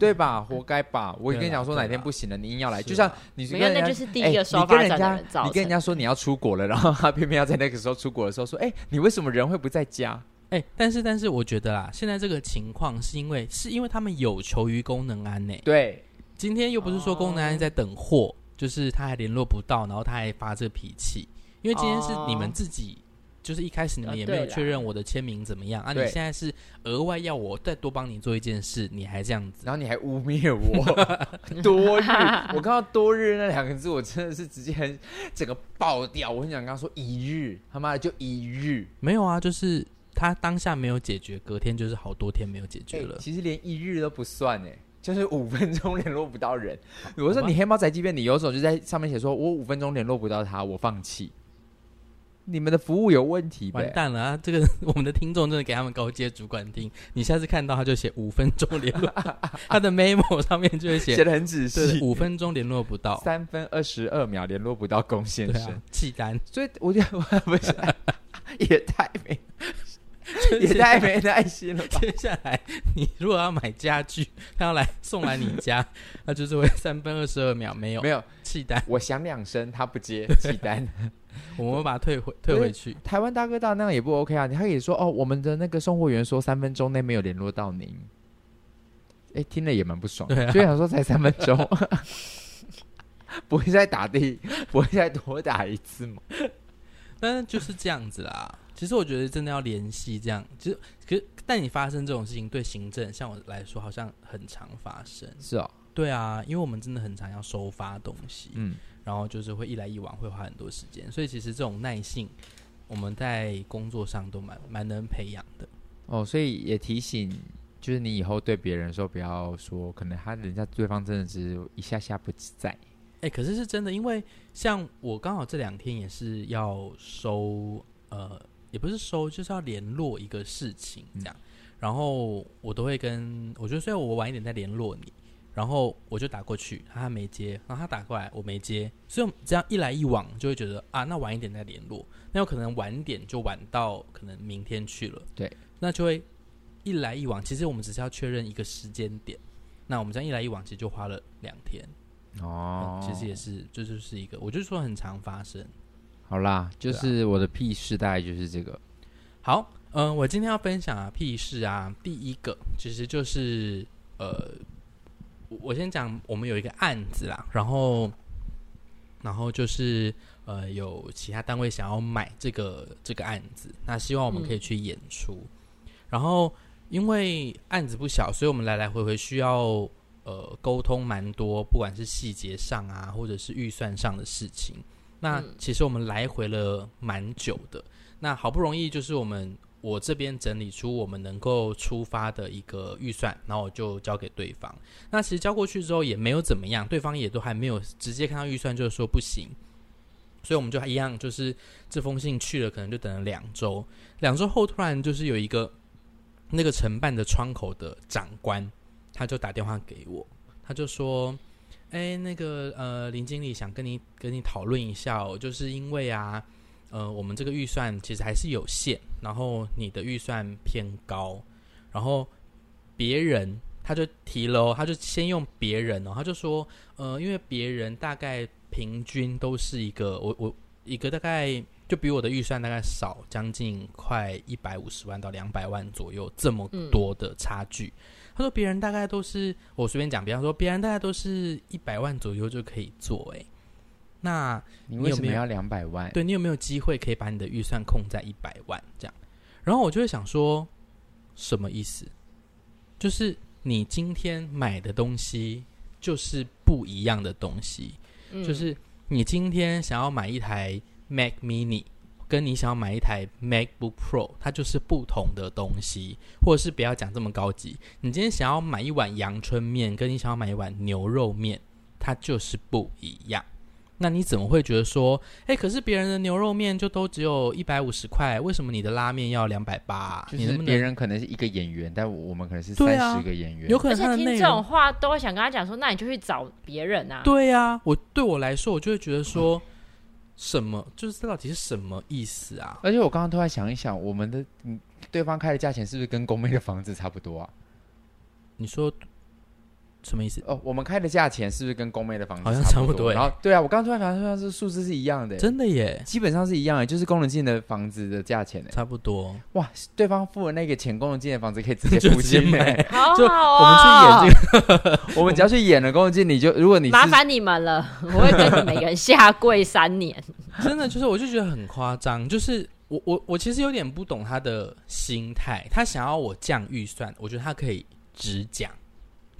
Speaker 1: 对吧？活该吧！我
Speaker 2: 对
Speaker 1: 跟你
Speaker 2: 啦
Speaker 1: 讲说哪
Speaker 2: 对
Speaker 1: 天
Speaker 2: 啦
Speaker 1: 不行了，你硬要来，
Speaker 2: 是
Speaker 1: 就像
Speaker 2: 啦
Speaker 1: 你跟
Speaker 3: 没有，
Speaker 1: 人
Speaker 3: 那
Speaker 1: 家
Speaker 3: 就是第
Speaker 1: 哎
Speaker 3: 一个收
Speaker 1: 你跟
Speaker 3: 发
Speaker 1: 人
Speaker 3: 站的
Speaker 1: 家
Speaker 3: 人造
Speaker 1: 你
Speaker 3: 成。
Speaker 1: 跟人家说你要出国了，然后他偏偏要在那个时候出国的时候说：“哎、你为什么人会不在家
Speaker 2: 哎、但是但是我觉得啦，现在这个情况是因为是因为他们有求于功能安呢、？”
Speaker 1: 对，
Speaker 2: 今天又不是说功能安在等货，
Speaker 1: 哦
Speaker 2: 就是他还联络不到，然后他还发这脾气，因为今天是你们自己。就是一开始你们
Speaker 3: 哦
Speaker 2: 也没有
Speaker 3: 对啦
Speaker 2: 确认我的签名怎么样啊？你
Speaker 1: 哦对
Speaker 2: 现在是额外要我再多帮你做一件事，你还这样子？
Speaker 1: 然后你还污蔑我 多日，我看到多日那两个字，我真的是直接很整个爆掉。我很想跟他说一日，他妈的就一日。
Speaker 2: 没有啊，就是他当下没有解决，隔天就是好多天没有解决
Speaker 1: 欸
Speaker 2: 了。
Speaker 1: 其实连一日都不算哎、 就是五分钟联络不到 人。我说
Speaker 2: 好吧
Speaker 1: 你黑猫宅急便，你有种就在上面写说，我五分钟联络不到他，我放弃。你们的服务有问题
Speaker 2: 完
Speaker 1: 呗？
Speaker 2: 蛋了啊！这个 我们的听众真的给他们高阶主管听，你下次看到他就写五分钟联络， 他的 memo 上面就会写
Speaker 1: 写的很仔
Speaker 2: 对
Speaker 1: 细，
Speaker 2: 五分钟联络不到，
Speaker 1: 三分二十二秒联络不到龚先
Speaker 2: 对
Speaker 1: 生，
Speaker 2: 啊，契丹
Speaker 1: 所以我觉得我不是 也太没 也太没耐心了吧？
Speaker 2: 接下来，你如果要买家具，他要来送来你家， 他就是会三分二十二秒 没有
Speaker 1: 没有，
Speaker 2: 契丹，
Speaker 1: 我响两声他不 接，契丹。
Speaker 2: 我们会把它退回退回去。
Speaker 1: 台湾大哥大那样也不 OK 啊，你还可以说哦，我们的那个送货员说三分钟内没有联络到您。哎、听了也蛮不爽，
Speaker 2: 对啊
Speaker 1: 就想说才三分 钟，不会再打地，不会再多打一次吗？
Speaker 2: 但是就是这样子啦。其实我觉得真的要联系，这样其实可是，但你发生这种事情，对行政像我来说，好像很常发生。
Speaker 1: 是哦，
Speaker 2: 对啊，因为我们真的很常要收发东西，
Speaker 1: 嗯，
Speaker 2: 然后就是会一来一往，会花很多时间，所以其实这种耐性，我们在工作上都蛮蛮能培养的。
Speaker 1: 哦，所以也提醒，就是你以后对别人说不要说，可能他人家对方真的只是一下下不在，
Speaker 2: 哎、可是是真的，因为像我刚好这两天也是要收，呃，也不是收，就是要联络一个事情这样。然后我都会跟，我觉得虽然我晚一点再联络你，然后我就打过去，他没接，然后他打过来我没接，所以我们这样一来一往就会觉得啊，那晚一点再联络，那有可能晚点就晚到可能明天去了，
Speaker 1: 对，
Speaker 2: 那就会一来一往。其实我们只是要确认一个时间点，那我们这样一来一往其实就花了两天。
Speaker 1: 哦
Speaker 2: 嗯，其实也是，这就是一个，我就说很常发生。
Speaker 1: 好啦，就是我的屁事大概就是这个，
Speaker 2: 好，嗯、我今天要分享啊屁事啊，第一个其实就是呃，我我先讲，我们有一个案子啦，然后然后就是呃，有其他单位想要买这个这个案子，那希望我们可以去演出，然后因为案子不小，所以我们来来回回需要。呃，沟通蛮多，不管是细节上啊，或者是预算上的事情。那
Speaker 3: 嗯
Speaker 2: 其实我们来回了蛮久的，那好不容易就是我们我这边整理出我们能够出发的一个预算，然后我就交给对方。那其实交过去之后也没有怎么样，对方也都还没有直接看到预算就说不行，所以我们就一样就是这封信去了，可能就等了两周，两周后突然就是有一个那个承办的窗口的长官，他就打电话给我，他就说。哎，那个呃，林经理想跟你跟你讨论一下哦，就是因为啊，呃，我们这个预算其实还是有限，然后你的预算偏高，然后别人他就提了、哦，他就先用别人哦，他就说，呃，因为别人大概平均都是一个，我我一个大概就比我的预算大概少将近快一百五十万到两百万左右这么多的差距。他说别人大概都是我随便讲，比方说别人大概都是一百万左右就可以做，诶，那
Speaker 1: 你
Speaker 2: 你
Speaker 1: 为
Speaker 2: 有
Speaker 1: 什
Speaker 2: 没
Speaker 1: 么
Speaker 2: 有
Speaker 1: 要两百万？
Speaker 2: 对你有没有机会可以把你的预算控在一百万这样？然后我就会想说，什么意思？就是你今天买的东西就是不一样的东西，
Speaker 3: 嗯
Speaker 2: 就是你今天想要买一台 Mac Mini，跟你想要买一台 MacBook Pro，它就是不同的东西，或者是不要讲这么高级，你今天想要买一碗阳春面，跟你想要买一碗牛肉面，它就是不一样。那你怎么会觉得说，哎，可是别人的牛肉面就都只有一百五十块，为什么你的拉面要两百八？
Speaker 1: 就
Speaker 2: 你能
Speaker 1: 是
Speaker 2: 不
Speaker 1: 别
Speaker 2: 能？
Speaker 1: 人可能是一个演员，但我我们可能是
Speaker 2: 对
Speaker 1: 三
Speaker 2: 啊
Speaker 1: 十个演员。
Speaker 2: 有可
Speaker 3: 而
Speaker 2: 能它
Speaker 3: 且
Speaker 2: 的内
Speaker 3: 听这
Speaker 2: 容
Speaker 3: 种话都会想跟他讲说，那你就去找别人啊。
Speaker 2: 对呀、我对我来说，我就会觉得说，什么就是这到底是什么意思啊？
Speaker 1: 而且我刚刚突然想一想，我们的嗯，对方开的价钱是不是跟公妹的房子差不多啊？
Speaker 2: 你说什么意思？
Speaker 1: 哦，我们开的价钱是不是跟公妹的房子
Speaker 2: 好像
Speaker 1: 不
Speaker 2: 差不多欸
Speaker 1: 然后对啊，我刚刚突然想到，是数字是一样的欸，
Speaker 2: 真的耶，
Speaker 1: 基本上是一样的，就是功能性的房子的价钱呢。
Speaker 2: 差不多。
Speaker 1: 哇，对方付了那个钱，功能性的房子可以直接
Speaker 2: 就
Speaker 1: 付
Speaker 2: 直接
Speaker 1: 清呢。
Speaker 2: 买
Speaker 3: 好
Speaker 2: 就
Speaker 3: 好
Speaker 2: 我们
Speaker 3: 哦，
Speaker 2: 去演这
Speaker 1: 我们只要去演了功能性，你就如果你是
Speaker 3: 麻烦你们了， 我会跟你每个人下跪三 年。
Speaker 2: 个， 真的就是，我就觉得很夸张。就是我我我其实有点不懂他的心态，他想要我降预算，我觉得他可以直讲，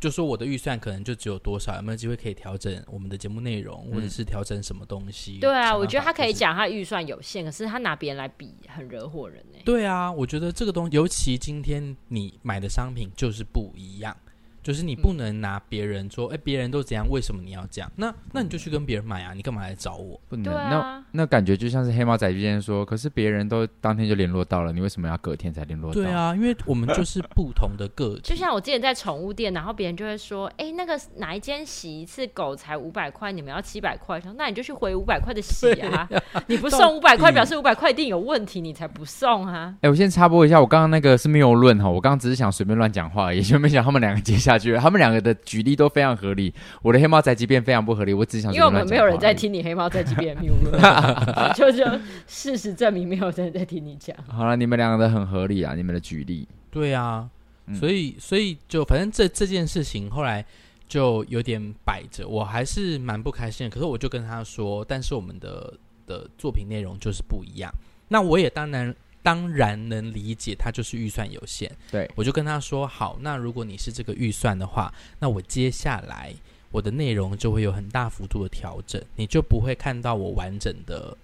Speaker 2: 就说我的预算可能就只有多少，有没有机会可以调整我们的节目内容，或者是调整什么东西？
Speaker 3: 嗯对
Speaker 2: 想
Speaker 3: 啊，
Speaker 2: 办
Speaker 3: 我觉得
Speaker 2: 法
Speaker 3: 他可以
Speaker 2: 就是
Speaker 3: 讲他预算有限，可是他拿别人来比，很惹火人欸呢、
Speaker 2: 对啊，我觉得这个东尤其今天你买的商品就是不一样，就是你不能拿别人说，哎、别人都怎样，为什么你要这样？那那你就去跟别人买啊，你干嘛来找我？
Speaker 1: 不能
Speaker 3: 对
Speaker 1: 那。
Speaker 3: 啊，
Speaker 1: 那感觉就像是黑猫仔之前说，可是别人都当天就联络到了，你为什么要隔天才联络到？
Speaker 2: 对，啊，因为我们就是不同的个体
Speaker 3: 就。像我之前在宠物店，然后别人就会说：“哎、那个哪一间洗一次狗才五百块，你们要七百块。”说：“那你就去回五百块的洗啊， 嗯你不
Speaker 2: 到
Speaker 3: 送五百块，表示五百块一定有问题，你才不送啊。
Speaker 1: 哎、我先插播一下，我刚刚那个是谬论哈，我刚刚只是想随便乱讲话而已， 就没想到他们两个接下去了，他们两个的举例都非常合理，我的黑猫宅急便非常不合理，我只”想
Speaker 3: 因
Speaker 1: 随
Speaker 3: 为我
Speaker 1: 便
Speaker 3: 们
Speaker 1: 乱
Speaker 3: 没
Speaker 1: 讲话
Speaker 3: 有人
Speaker 1: 而
Speaker 3: 在
Speaker 1: 已。
Speaker 3: 听你黑猫在这边谬论， 就就事实证明没有人在听你 讲。
Speaker 1: 好了，你们两个的很合理啊，你们的举例。
Speaker 2: 对啊，
Speaker 1: 嗯
Speaker 2: 所以所以就反正这这件事情后来就有点摆着，我还是蛮不开心的。可是我就跟他说，但是我们的的作品内容就是不一样。那我也当然当然能理解，他就是预算有限。
Speaker 1: 对
Speaker 2: 我就跟他说，好，那如果你是这个预算的话，那我接下来我的内容就会有很大幅度的调整，你就不会看到我完整的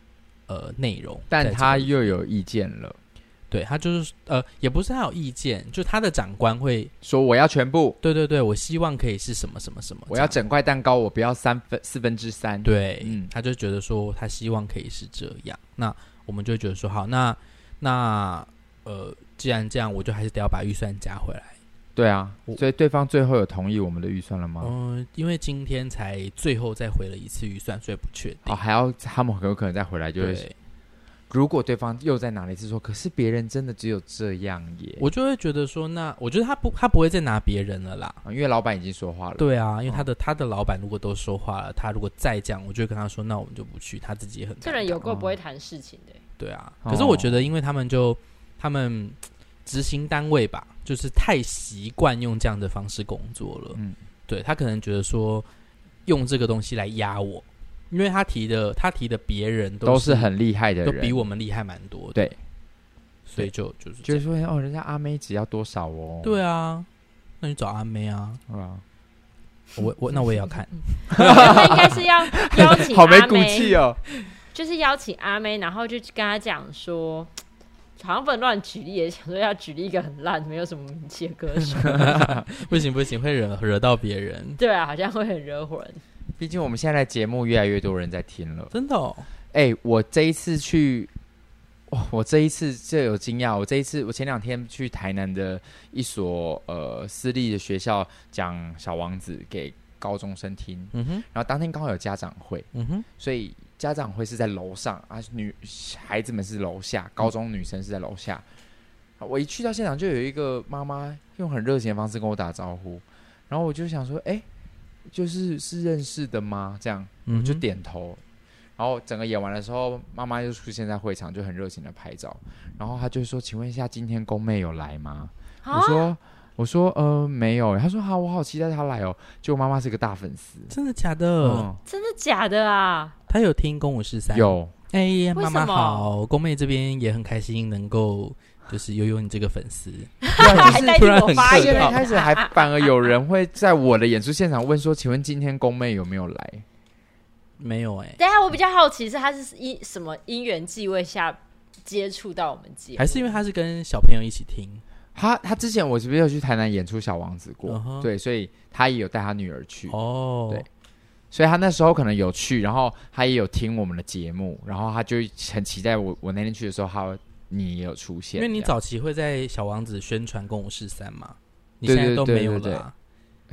Speaker 2: 呃内容在这
Speaker 1: 但
Speaker 2: 个
Speaker 1: 他
Speaker 2: 里面
Speaker 1: 又有意见了，
Speaker 2: 对他就是呃，也不是他有意见，就他的长官会，
Speaker 1: 说我要全部，
Speaker 2: 对对对，我希望可以是什么什么什么，
Speaker 1: 我要
Speaker 2: 这样
Speaker 1: 整块蛋糕，我不要三分四分之三。，
Speaker 2: 对，
Speaker 1: 嗯
Speaker 2: 他就觉得说他希望可以是这样，那我们就会觉得说好，那那呃，既然这样，我就还是得要把预算加回来，
Speaker 1: 对啊
Speaker 2: 我，
Speaker 1: 所以对方最后有同意我们的预算了吗？
Speaker 2: 嗯、因为今天才最后再回了一次预算，所以不确
Speaker 1: 哦，
Speaker 2: 定，
Speaker 1: 还要他们很有可能再回来，就是
Speaker 2: 对，
Speaker 1: 如果对方又在哪里是说，可是别人真的只有这样耶，
Speaker 2: 我就会觉得说，那我觉得他不他不会再拿别人了啦。
Speaker 1: 啊因为老板已经说话了，
Speaker 2: 对啊，因为他
Speaker 1: 哦
Speaker 2: 的、他的老板如果都说话了，他如果再这样，我就会跟他说，那我们就不去，他自己也很
Speaker 3: 这
Speaker 2: 尴
Speaker 3: 人
Speaker 2: 尬
Speaker 3: 有够不会谈事情的、
Speaker 2: 对啊，
Speaker 1: 哦
Speaker 2: 可是我觉得，因为他们就他们执行单位吧，就是太习惯用这样的方式工作了。
Speaker 1: 嗯
Speaker 2: 对他可能觉得说用这个东西来压我，因为他提的他提的别人
Speaker 1: 都
Speaker 2: 是
Speaker 1: 是很厉害的
Speaker 2: 都
Speaker 1: 人，
Speaker 2: 比我们厉害蛮多的，
Speaker 1: 对，
Speaker 2: 所以就就是
Speaker 1: 就
Speaker 2: 就是
Speaker 1: 说哦，人家阿妹只要多少哦，
Speaker 2: 对啊，那你找阿妹啊，
Speaker 1: 啊，嗯
Speaker 2: 我我那我也要看，
Speaker 3: 他应该是要邀请
Speaker 1: 好没
Speaker 3: 阿
Speaker 1: 骨
Speaker 3: 妹。
Speaker 1: 气哦，
Speaker 3: 就是邀请阿妹，然后就跟她讲说，好像不能乱举例，也想说要举例一个很烂、没有什么名气的歌手。
Speaker 2: 不行不行，会惹惹到别人，
Speaker 3: 对啊，好像会很惹火人。
Speaker 1: 毕竟我们现在的节目越来越多人在听了，
Speaker 2: 真的、哦，
Speaker 1: 哎，我这一次去。哇！我这一次这有惊讶，我这一次我前两天去台南的一所呃私立的学校讲《小王子》给高中生听，
Speaker 2: 嗯哼
Speaker 1: 然后当天刚好有家长会，
Speaker 2: 嗯哼，
Speaker 1: 所以家
Speaker 2: 嗯
Speaker 1: 长会是在楼上啊，女孩子们是楼下，高中女生是在楼下。我一去到现场，就有一个妈妈用很热情的方式跟我打招呼，然后我就想说，哎、就是是认识的吗？这样，我
Speaker 2: 嗯
Speaker 1: 就
Speaker 2: 哼
Speaker 1: 点头。然后整个演完的时候，妈妈就出现在会场，就很热情的拍照。然后她就说：“请问一下，今天宫妹有来吗？”我
Speaker 3: 啊，
Speaker 1: 说：“我说呃没有。”她说：“好，我好期待她来哦。”结果妈妈是个大粉丝，
Speaker 2: 真的假的？
Speaker 1: 嗯，
Speaker 3: 真的假的啊？
Speaker 2: 他有听《公五十三》？。
Speaker 1: 有
Speaker 2: 哎呀，妈
Speaker 3: 为什
Speaker 2: 妈
Speaker 3: 么
Speaker 2: 好，宫妹这边也很开心能够就是悠悠你这个粉丝，
Speaker 3: 还代替
Speaker 2: 突然
Speaker 3: 我
Speaker 2: 很
Speaker 3: 发
Speaker 2: 客
Speaker 1: 现
Speaker 3: 言
Speaker 1: 在，开始还反而有人会在我的演出现场问说：“请问今天宫妹有没有来
Speaker 2: 没有哎、
Speaker 3: 等一下，我比较好奇是他是因什么因缘际会下接触到我们节目，
Speaker 2: 还是因为他是跟小朋友一起听，？”
Speaker 1: 他他之前我是不是有去台南演出《小王子》过
Speaker 2: 嗯哼
Speaker 1: 对，所以他也有带他女儿去
Speaker 2: 哦，
Speaker 1: 对所以他那时候可能有去，然后他也有听我们的节目，然后他就很期待我我那天去的时候他你也有出现，
Speaker 2: 因为你
Speaker 1: 这样
Speaker 2: 早期会在小王子宣传《公五十三》嘛，你
Speaker 1: 对
Speaker 2: 现在
Speaker 1: 对
Speaker 2: 都
Speaker 1: 对
Speaker 2: 没有
Speaker 1: 对
Speaker 2: 了
Speaker 1: 对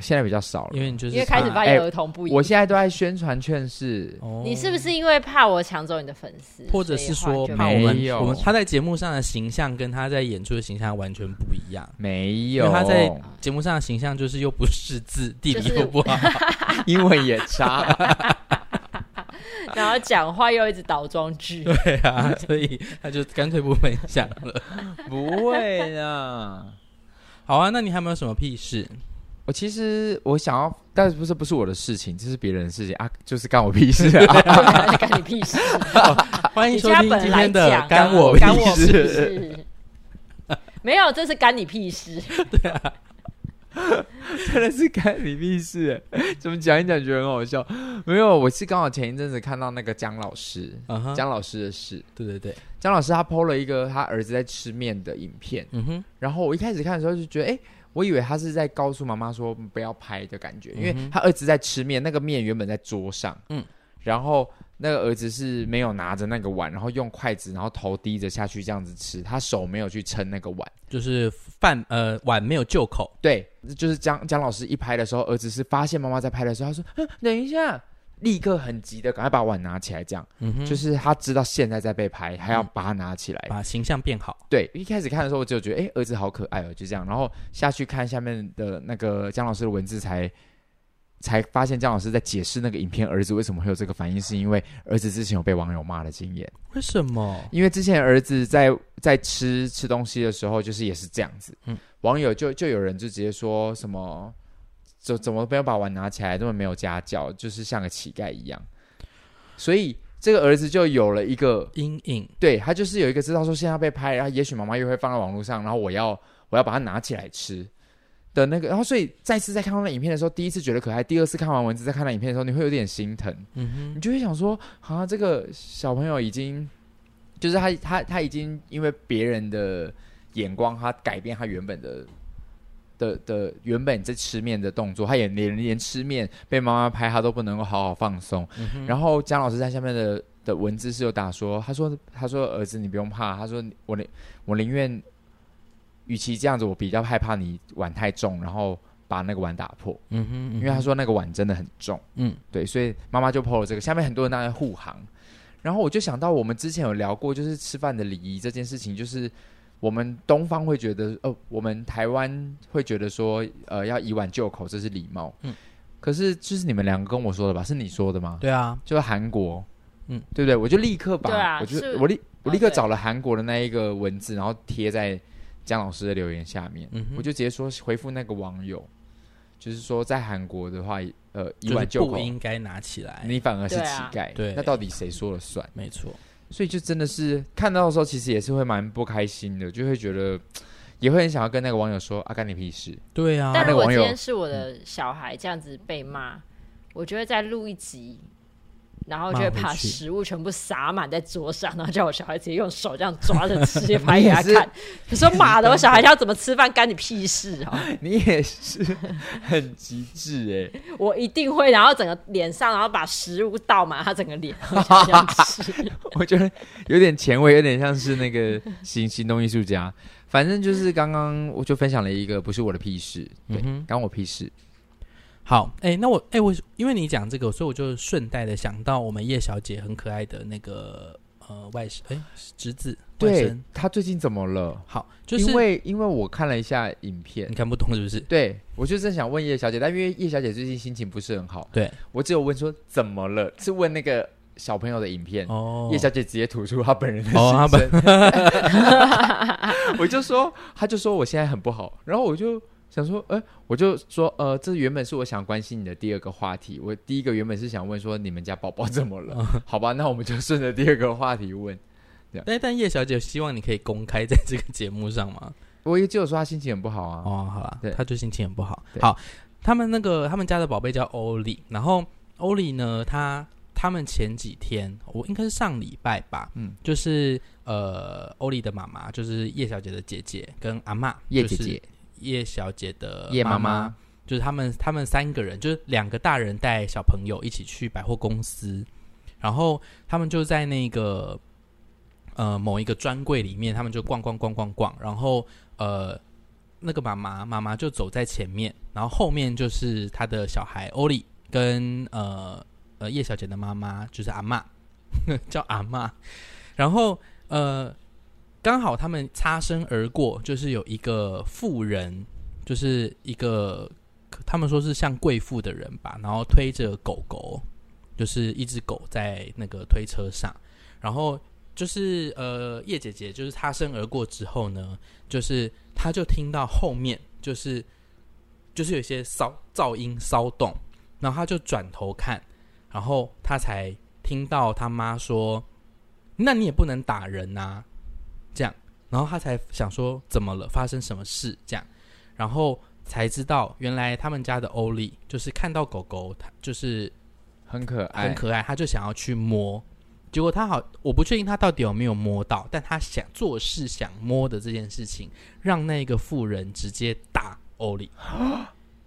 Speaker 2: 啊、
Speaker 1: 现在比较少了，
Speaker 2: 因为你就是
Speaker 3: 因为开始
Speaker 2: 怕
Speaker 3: 发
Speaker 1: 哎
Speaker 3: 现儿童不宜。
Speaker 1: 我现在都在宣传券是
Speaker 2: 哦
Speaker 3: 你是不是因为怕我抢走你的粉丝，
Speaker 2: 或者是说
Speaker 3: 所以后来就
Speaker 2: 怕
Speaker 3: 没
Speaker 2: 我
Speaker 1: 没
Speaker 2: 们
Speaker 1: 有
Speaker 2: 我们他在节目上的形象跟他在演出的形象完全不一样。
Speaker 1: 没
Speaker 2: 因为
Speaker 1: 有，
Speaker 2: 他在 节目上的形象就是又不识字，地理
Speaker 3: 就是
Speaker 2: 又不好，
Speaker 1: 英文也差，
Speaker 3: 然后讲话又一直倒装句，
Speaker 2: 对啊，所以他就干脆不分享了。
Speaker 1: 不会啦。
Speaker 2: 好啊，那你还有没有什么屁事？
Speaker 1: 我其实我想要，但是不是不是我的事情，这是别人的事情啊， 就是干我屁事 啊！
Speaker 3: 干你屁事！
Speaker 2: 欢迎
Speaker 3: 你
Speaker 2: 收
Speaker 3: 家
Speaker 2: 听
Speaker 3: 本
Speaker 2: 今
Speaker 3: 来
Speaker 2: 天的
Speaker 3: 讲
Speaker 2: 《
Speaker 3: 啊
Speaker 2: 干我
Speaker 3: 干我
Speaker 2: 屁事》。
Speaker 3: 屁事。没有，这是干你屁事。
Speaker 1: 真的是干你屁事！ 怎么讲一讲觉得很好笑？没有，我是刚好前一阵子看到那个姜老师，
Speaker 2: 嗯哼，
Speaker 1: 姜老师的事。
Speaker 2: 对对对，
Speaker 1: 姜老师他 PO 了一个他儿子在吃面的影片，
Speaker 2: 嗯哼，
Speaker 1: 然后我一开始看的时候就觉得，哎、我以为他是在告诉妈妈说不要拍的感觉，因为
Speaker 2: 嗯哼
Speaker 1: 他儿子在吃面，那个面原本在桌上，
Speaker 2: 嗯
Speaker 1: 嗯，然后那个儿子是没有拿着那个碗，然后用筷子，然后头低着下去这样子吃，他手没有去撑那个碗。
Speaker 2: 就是饭呃碗没有就口，
Speaker 1: 对，就是姜姜老师一拍的时候，儿子是发现妈妈在拍的时候，他说：“嗯，等一下。”立刻很急的赶快把碗拿起来，这样、
Speaker 2: 嗯哼，
Speaker 1: 就是他知道现在在被拍，还要
Speaker 2: 嗯
Speaker 1: 把它拿起来。
Speaker 2: 把形象变好。
Speaker 1: 对，一开始看的时候我就觉得，哎、儿子好可爱哦，就这样。然后下去看下面的那个姜老师的文字才。才发现姜老师在解释那个影片儿子为什么会有这个反应，是因为儿子之前有被网友骂的经验。
Speaker 2: 为什么？
Speaker 1: 因为之前儿子在在吃吃东西的时候，就是也是这样子，
Speaker 2: 嗯
Speaker 1: 网友就就有人就直接说什么，怎怎么没有把碗拿起来，这么没有家教，就是像个乞丐一样。所以这个儿子就有了一个
Speaker 2: 阴影
Speaker 1: 对他就是有一个知道说现在被拍，然后也许妈妈又会放到网络上，然后我要我要把它拿起来吃的那个，然后所以再次在看到那影片的时候，第一次觉得可爱，第二次看完文字再看到影片的时候，你会有点心疼，
Speaker 2: 嗯哼，
Speaker 1: 你就会想说，啊，这个小朋友已经就是他他他已经因为别人的眼光，他改变他原本的。的的原本在吃面的动作，他也连连吃面被妈妈拍，他都不能够好好放松。
Speaker 2: 嗯哼，
Speaker 1: 然后姜老师在下面的的文字是有打说，他说他说儿子你不用怕，他说我宁我宁愿，与其这样子，我比较害怕你碗太重，然后把那个碗打破，
Speaker 2: 嗯哼，
Speaker 1: 因为他说那个碗真的很重，
Speaker 2: 嗯
Speaker 1: 对，所以妈妈就 PO 了这个，下面很多人当然护航，然后我就想到我们之前有聊过，就是吃饭的礼仪这件事情，就是。我们东方会觉得，哦，我们台湾会觉得说，呃，要以碗就口，这是礼貌。
Speaker 2: 嗯
Speaker 1: 嗯，可是就是你们两个跟我说的吧？是你说的吗？
Speaker 2: 对啊，
Speaker 1: 就是韩国，
Speaker 2: 嗯
Speaker 1: 嗯，对不对？我就立刻把，
Speaker 3: 对啊哦
Speaker 1: 我就是我立我立刻
Speaker 3: 对
Speaker 1: 找了韩国的那一个文字，然后贴在姜老师的留言下面，
Speaker 2: 嗯哼，
Speaker 1: 我就直接说回复那个网友，就是说在韩国的话，呃，一
Speaker 2: 就是
Speaker 1: 碗就
Speaker 2: 不
Speaker 1: 口，
Speaker 2: 应该拿起来，
Speaker 1: 你反而是
Speaker 3: 对
Speaker 1: 乞
Speaker 3: 啊
Speaker 1: 丐，
Speaker 2: 对
Speaker 1: 那到底谁说了算？
Speaker 2: 没错，
Speaker 1: 所以就真的是看到的时候，其实也是会蛮不开心的，就会觉得。也会很想要跟那个网友说：“啊，干你屁事
Speaker 2: 对啊，
Speaker 3: 但
Speaker 1: 那
Speaker 3: 如
Speaker 1: 个
Speaker 3: 果
Speaker 1: 网
Speaker 3: 今
Speaker 1: 友
Speaker 3: 天是我的小孩这样子被骂，我就会再录一集，然后就会
Speaker 2: 骂回
Speaker 3: 把
Speaker 2: 去
Speaker 3: 食物全部撒满在桌上，然后叫我小孩直接用手这样抓着 吃，直接拍给他
Speaker 1: 你也是
Speaker 3: 看。你说妈的，我小孩要怎么吃饭干你屁事啊！！”
Speaker 1: 你也是很极致哎、
Speaker 3: 我一定会，然后整个脸上，然后把食物倒满他整个脸，然后这样 吃。
Speaker 1: 我觉得有点前卫，有点像是那个行行动艺术家。反正就是刚刚我就分享了一个不是我的屁事，对
Speaker 2: 嗯，哼
Speaker 1: 干、我屁事。
Speaker 2: 好，哎、那我，哎、我因为你讲这个，所以我就顺带的想到我们叶小姐很可爱的那个呃呃外甥哎侄子外
Speaker 1: 对
Speaker 2: 甥，
Speaker 1: 他最近怎么了？
Speaker 2: 好，就是
Speaker 1: 因为因为我看了一下影片
Speaker 2: 你，看不懂是不是？
Speaker 1: 对我就正想问叶小姐，但因为叶小姐最近心情不是很好，
Speaker 2: 对
Speaker 1: 我只有问说怎么了，是问那个小朋友的影片。
Speaker 2: 哦，
Speaker 1: 叶小姐直接吐出她本人的
Speaker 2: 哦她
Speaker 1: 心声， 我就说，她就说我现在很不好，然后我就想说，呃，我就说，呃，这原本是我想关心你的第二个话题，我第一个原本是想问说你们家宝宝怎么了， 好吧，那我们就顺着第二个话题问，
Speaker 2: 但但叶小姐希望你可以公开在这个节目上嘛？
Speaker 1: 我也只有说她心情很不好啊，
Speaker 2: 哦，好啦
Speaker 1: 对，
Speaker 2: 他就心情很不好。
Speaker 1: 对
Speaker 2: 好，他们那个他们家的宝贝叫欧里，然后欧里呢，他他们前几天，我应该是上礼拜吧，
Speaker 1: 嗯
Speaker 2: 嗯，就是呃，欧里的妈妈就是叶小姐的姐姐跟阿嬷，
Speaker 1: 叶姐姐，
Speaker 2: 叶小姐的
Speaker 1: 叶妈
Speaker 2: 妈
Speaker 1: 妈，
Speaker 2: 就是他们他们三个人，就是两个大人带小朋友一起去百货公司，然后他们就在那个呃某一个专柜里面，他们就逛逛逛逛逛，然后呃那个妈妈妈妈就走在前面，然后后面就是他的小孩欧里跟呃呃叶小姐的妈妈，就是阿嬷， 叫阿嬷，然后呃。刚好他们擦身而过，就是有一个妇人，就是一个他们说是像贵妇的人吧，然后推着狗狗，就是一只狗在那个推车上，然后就是呃叶姐姐就是擦身而过之后呢，就是她就听到后面就是就是有一些骚噪音骚动，然后她就转头看，然后她才听到她妈说：“那你也不能打人啊。”这样，然后她才想说怎么了，发生什么事这样。然后才知道原来他们家的欧丽就是看到狗狗，它就是
Speaker 1: 啊很可爱，
Speaker 2: 很可爱，他就想要去摸，结果他好，我不确定他到底有没有摸到，但他想做事想摸的这件事情，让那个妇人直接打欧丽，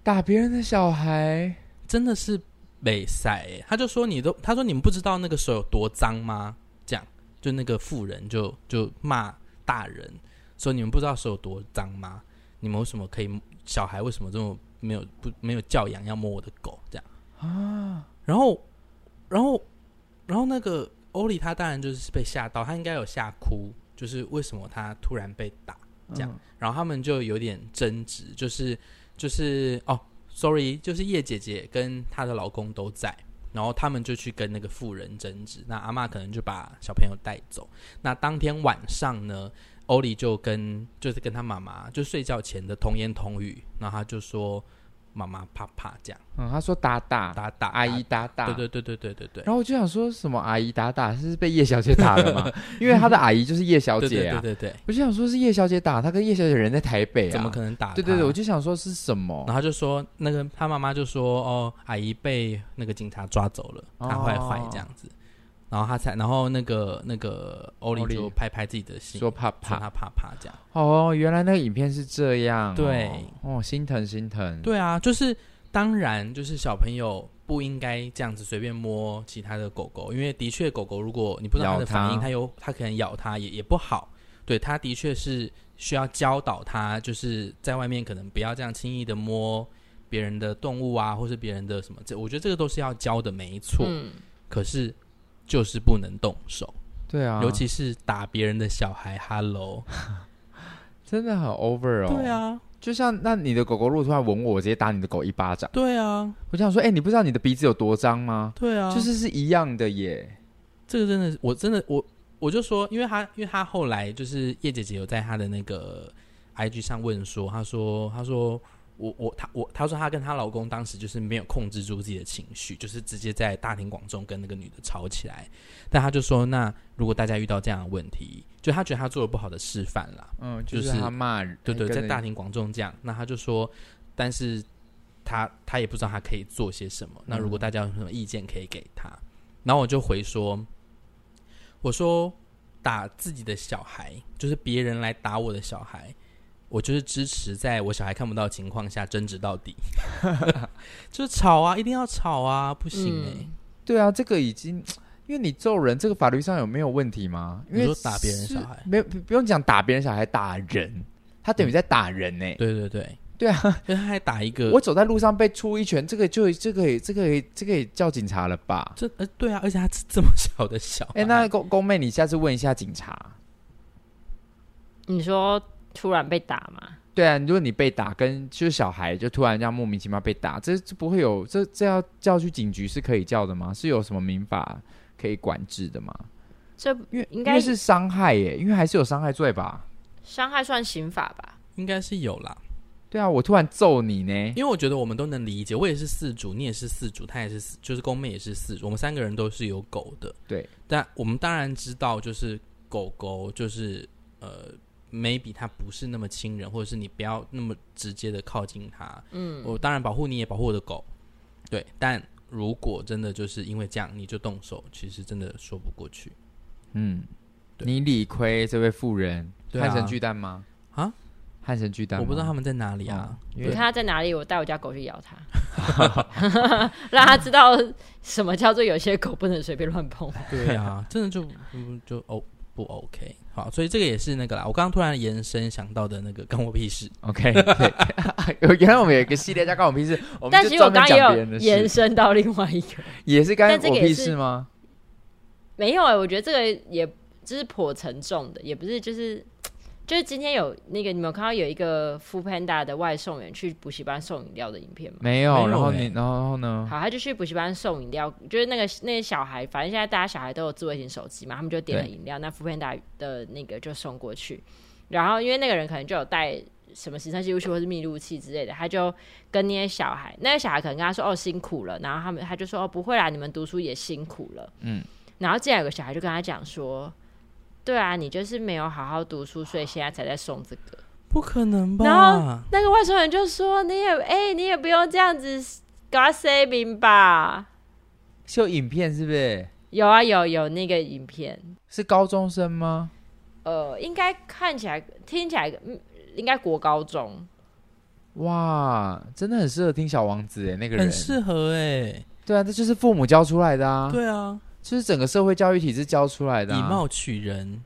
Speaker 1: 打别人的小孩，
Speaker 2: 真的是美赛欸他就说你都，他说你们不知道那个手有多脏吗？这样，就那个妇人就就骂大人说你们不知道手有多脏吗？你们为什么可以小孩为什么这么没有不没有教养要摸我的狗这样啊？然后，然后，然后那个欧里他当然就是被吓到，他应该有吓哭，就是为什么他突然被打？这样
Speaker 1: 嗯
Speaker 2: 然后他们就有点争执，就是就是哦，sorry，就是叶姐姐跟她的老公都在，然后他们就去跟那个妇人争执，那阿嬷可能就把小朋友带走。那当天晚上呢，欧里就跟就是跟他妈妈就睡觉前的童言童语，然后他就说妈妈怕怕这样
Speaker 1: 嗯，他说打打
Speaker 2: 打打
Speaker 1: 阿姨，打打，
Speaker 2: 对对对对对对对。
Speaker 1: 然后我就想说什么阿姨打打是被叶小姐打的 吗？因为她的阿姨就是叶小
Speaker 2: 对
Speaker 1: 姐
Speaker 2: 对
Speaker 1: 啊。
Speaker 2: 对对
Speaker 1: 我就想说是叶小姐打，她跟叶小姐人在台北
Speaker 2: 对，
Speaker 1: 啊，
Speaker 2: 怎么可能打？
Speaker 1: 对对对，我就想说是什么
Speaker 2: 然后他就说那个他妈妈就说哦，阿姨被那个警察抓走了，
Speaker 1: 哦
Speaker 2: 她坏坏这样子。然后他才，然后那个那个欧
Speaker 1: 欧
Speaker 2: 丽
Speaker 1: 丽
Speaker 2: 就拍拍自己的心，
Speaker 1: 说怕
Speaker 2: 说
Speaker 1: 怕
Speaker 2: 他怕怕这样。
Speaker 1: 哦，原来那个影片是这样哦，
Speaker 2: 对
Speaker 1: 哦，心疼心疼，
Speaker 2: 对啊，就是当然就是小朋友不应该这样子随便摸其他的狗狗，因为的确狗狗如果你不知道它
Speaker 1: 咬
Speaker 2: 的
Speaker 1: 它
Speaker 2: 反应，它有它可能咬它也也不好。对，它的确是需要教导它，就是在外面可能不要这样轻易的摸别人的动物啊，或是别人的什么，这我觉得这个都是要教的，没错。
Speaker 3: 嗯，
Speaker 2: 可是就是不能动手，
Speaker 1: 对啊，
Speaker 2: 尤其是打别人的小孩。Hello，
Speaker 1: 真的很 over 哦，
Speaker 2: 对，啊，
Speaker 1: 就像那你的狗狗如果突然吻我，我直接打你的狗一巴掌，
Speaker 2: 对啊，
Speaker 1: 我就想说，哎，你不知道你的鼻子有多脏吗？
Speaker 2: 对啊，
Speaker 1: 就是是一样的耶，
Speaker 2: 这个真的是，我真的我我就说，因为他因为他后来就是叶姐姐有在她的那个 IG 上问说，她说她说我我她我她说她跟她老公当时就是没有控制住自己的情绪，就是直接在大庭广众跟那个女的吵起来。但她就说，那如果大家遇到这样的问题，就她觉得她做了不好的示范啦，
Speaker 1: 嗯，就
Speaker 2: 就是是
Speaker 1: 他骂人，
Speaker 2: 对对，
Speaker 1: 跟
Speaker 2: 在
Speaker 1: 人
Speaker 2: 大庭广众这样，那他就说，但是他他也不知道他可以做些什
Speaker 1: 嗯
Speaker 2: 么。那如果大家有什么意见可以给他，然后我就回说，我说打自己的小孩，就是别人来打我的小孩，我就是支持在我小孩看不到的情况下争执到底， 就是吵啊，一定要吵啊，不行哎、
Speaker 3: 嗯
Speaker 1: 对啊，这个已经，因为你揍人，这个法律上有没有问题吗？因为
Speaker 2: 你说打别人
Speaker 1: 是
Speaker 2: 小孩嗯
Speaker 1: 没有不不用讲打别人小孩，打人，他等于在打人呢、
Speaker 2: 对对对，
Speaker 1: 对啊，
Speaker 2: 因为他还打一个，
Speaker 1: 我走在路上被出一拳，这个就这个也这个也这个也叫警察了吧？
Speaker 2: 这呃对啊，而且他这这么小的小孩，
Speaker 1: 哎、那公公妹，你下次问一下警察。
Speaker 3: 你说突然被打吗？
Speaker 1: 对啊，如果你被打，跟就是小孩就突然这样莫名其妙被打，这这不会有这这要叫去警局是可以叫的吗？是有什么民法可以管制的吗？
Speaker 3: 这
Speaker 1: 因为
Speaker 3: 应该
Speaker 1: 因为是伤害耶，因为还是有伤害罪吧？
Speaker 3: 伤害算刑法吧？
Speaker 2: 应该是有啦，
Speaker 1: 对啊，我突然揍你呢，
Speaker 2: 因为我觉得我们都能理解，我也是四主，你也是四主，他也是四，就是公妹也是四主，我们三个人都是有狗的。
Speaker 1: 对，
Speaker 2: 但我们当然知道，就是狗狗就是呃，maybe 它不是那么亲人，或者是你不要那么直接的靠近它。嗯，我当然保护你也保护我的狗，对。但如果真的就是因为这样你就动手，其实真的说不过去
Speaker 1: 嗯，
Speaker 2: 对
Speaker 1: 你理亏这位妇人，
Speaker 2: 对啊
Speaker 1: 汉神巨蛋吗？
Speaker 2: 啊。
Speaker 1: 汉神巨蛋吗，
Speaker 2: 我不知道他们在哪里
Speaker 1: 哦
Speaker 2: 啊，
Speaker 1: 因
Speaker 3: 你
Speaker 1: 为
Speaker 3: 看他在哪里，我带我家狗去咬它， 让它知道什么叫做有些狗不能随便乱碰。
Speaker 2: 对啊，真的就嗯就哦不 OK。好，所以这个也是那个啦，我刚刚突然延伸想到的那个跟我屁事。
Speaker 1: OK，对 原来我们有一个系列叫“关我屁事”， 我们
Speaker 3: 但
Speaker 1: 就
Speaker 3: 其实我
Speaker 1: 专门
Speaker 3: 刚刚也
Speaker 1: 讲别人的
Speaker 3: 有延
Speaker 1: 事，
Speaker 3: 伸到另外一个，
Speaker 1: 也是干
Speaker 3: 但这
Speaker 1: 我
Speaker 3: 个也
Speaker 1: 屁
Speaker 3: 是
Speaker 1: 事吗？
Speaker 3: 没有哎、我觉得这个也就是颇沉重的，也不是就是。就是今天有那个，你们有看到有一个 f Panda 的外送员去补习班送饮料的影片吗？
Speaker 1: 没有，
Speaker 2: 没有
Speaker 1: 然后
Speaker 2: 欸
Speaker 1: 你，然后呢？
Speaker 3: 好，他就去补习班送饮料，就是那个那些小孩，反正现在大家小孩都有智慧型手机嘛，他们就点了
Speaker 1: 对
Speaker 3: 饮料，那福片达的那个就送过去。然后因为那个人可能就有带什么行车记录器或是密录器之类的，他就跟那些小孩，那个小孩可能跟他说：“哦，辛苦了。”然后他们他就说：“哦，不会啦，你们读书也辛苦了。”
Speaker 1: 嗯，
Speaker 3: 然后竟然有个小孩就跟他讲说：“对啊，你就是没有好好读书，所以现在才在送这个。”
Speaker 2: 不可能
Speaker 3: 然
Speaker 2: 吧？
Speaker 3: 那个外送员就说：“你也哎、你也不用这样子搞 saving 吧。”
Speaker 1: 是有影片是不是？
Speaker 3: 有啊，有有那个影片，
Speaker 1: 是高中生吗？
Speaker 3: 呃，应该看起来、听起来，嗯，应该国高中。
Speaker 1: 哇，真的很适合听《小王子》哎，那个人
Speaker 2: 很适合哎、
Speaker 1: 对啊，这就是父母教出来的啊，
Speaker 2: 对啊，
Speaker 1: 就是整个社会教育体制教出来的、
Speaker 2: 以
Speaker 1: 啊。
Speaker 2: 貌取人，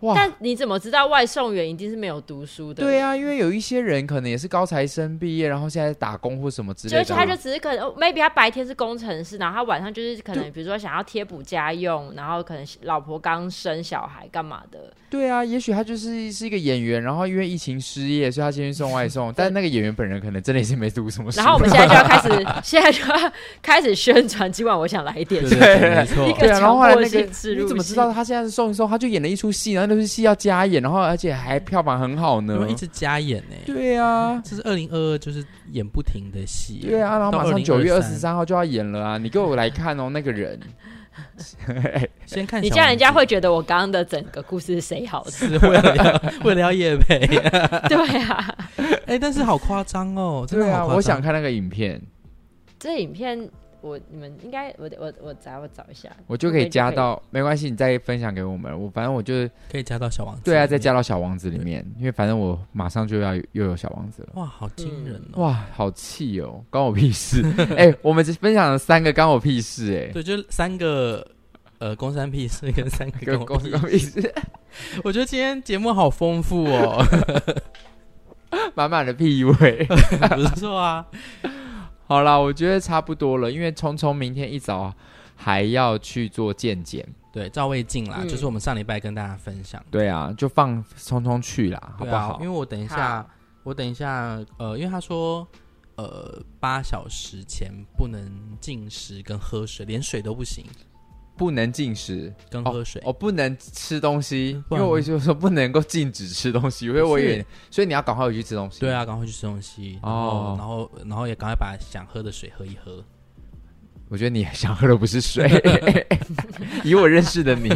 Speaker 1: 哇，
Speaker 3: 但你怎么知道外送员一定是没有读书的？
Speaker 1: 对、啊，因为有一些人可能也是高材生毕业，然后现在打工或什么之
Speaker 3: 就
Speaker 1: 类
Speaker 3: 而且
Speaker 1: 的
Speaker 3: 他
Speaker 1: 啊、
Speaker 3: 就只是可能哦，maybe 他白天是工程师，然后他晚上就是可能，比如说想要贴补家用，然后可能老婆刚生小孩干嘛的，
Speaker 1: 对啊，也许他就是是一个演员，然后因为疫情失业，所以他先去送外送，但那个演员本人可能真的也是没读什么书。
Speaker 3: 然后我们现在就要开始， 现在就要开始宣传，今晚我想来一点
Speaker 2: 对
Speaker 3: 什
Speaker 2: 对
Speaker 3: 么。
Speaker 2: 对，没错
Speaker 3: 一，
Speaker 1: 对啊，然后后来那
Speaker 3: 强迫
Speaker 1: 个
Speaker 3: 性植入
Speaker 1: 你怎么知
Speaker 3: 性
Speaker 1: 道他现在是送一送？他就演了一出戏，然后那出戏要加演，然后而且还票房很好
Speaker 2: 因
Speaker 1: 呢
Speaker 2: 为。一直加演哎、
Speaker 1: 对啊，
Speaker 2: 这是二零二二，就是演不停的戏。
Speaker 1: 对啊，然后马上九月二十
Speaker 2: 三，
Speaker 1: 三号就要演了啊！你给我来看哦，那个人，啊
Speaker 2: 先看
Speaker 3: 你
Speaker 2: 小
Speaker 3: 这样
Speaker 2: 王
Speaker 3: 人家
Speaker 2: 子
Speaker 3: 会觉得我刚刚的整个故事是谁 好 的？
Speaker 2: 是为了要为了要夜配，
Speaker 3: 对啊，
Speaker 2: 哎、但是好夸张哦，真的
Speaker 1: 对啊，
Speaker 2: 好夸张。
Speaker 1: 我想看那个影片，
Speaker 3: 这影片我你们应该我我我找我找一下，
Speaker 1: 我就可以加到，没关系，你再分享给我们。我反正我就是
Speaker 2: 可以加到小王子，
Speaker 1: 对啊，再加。到小王子里面，因为反正我马上就要又有小王子了。
Speaker 2: 哇，好惊人哦！
Speaker 1: 哇，好气哦，关我屁事！ 哎，我们只分享了三个关我屁事，哎，
Speaker 2: 对，就三个呃，公三屁事跟三个
Speaker 1: 跟
Speaker 2: 跟我
Speaker 1: 关
Speaker 2: 屁
Speaker 1: 我。屁事，
Speaker 2: 我觉得今天节目好丰富哦，
Speaker 1: 满满的屁味。
Speaker 2: 不错啊。
Speaker 1: 好啦，我觉得差不多了，因为聪聪明天一早还要去做健检。
Speaker 2: 对，赵魏静啦，
Speaker 3: 嗯
Speaker 2: 就是我们上礼拜跟大家分享，
Speaker 1: 对啊，就放聪聪去啦，好
Speaker 2: 对
Speaker 1: 不
Speaker 2: 啊
Speaker 1: 好？
Speaker 2: 因为我等一下，我等一下，呃，因为他说，呃，八小时前不能进食跟喝水，连水都不行，
Speaker 1: 不能进食，
Speaker 2: 跟喝水。
Speaker 1: 哦，不能吃东西，
Speaker 2: 嗯不
Speaker 1: 因为
Speaker 2: 然呢
Speaker 1: 我就说不能够禁止吃东西，因为我也，所以你要赶快回去吃东西。
Speaker 2: 对，啊，赶快去吃东西，然后、
Speaker 1: 哦
Speaker 2: 然后然后也赶快把想喝的水喝一喝。
Speaker 1: 我觉得你想喝的不是 水，以我认识的你，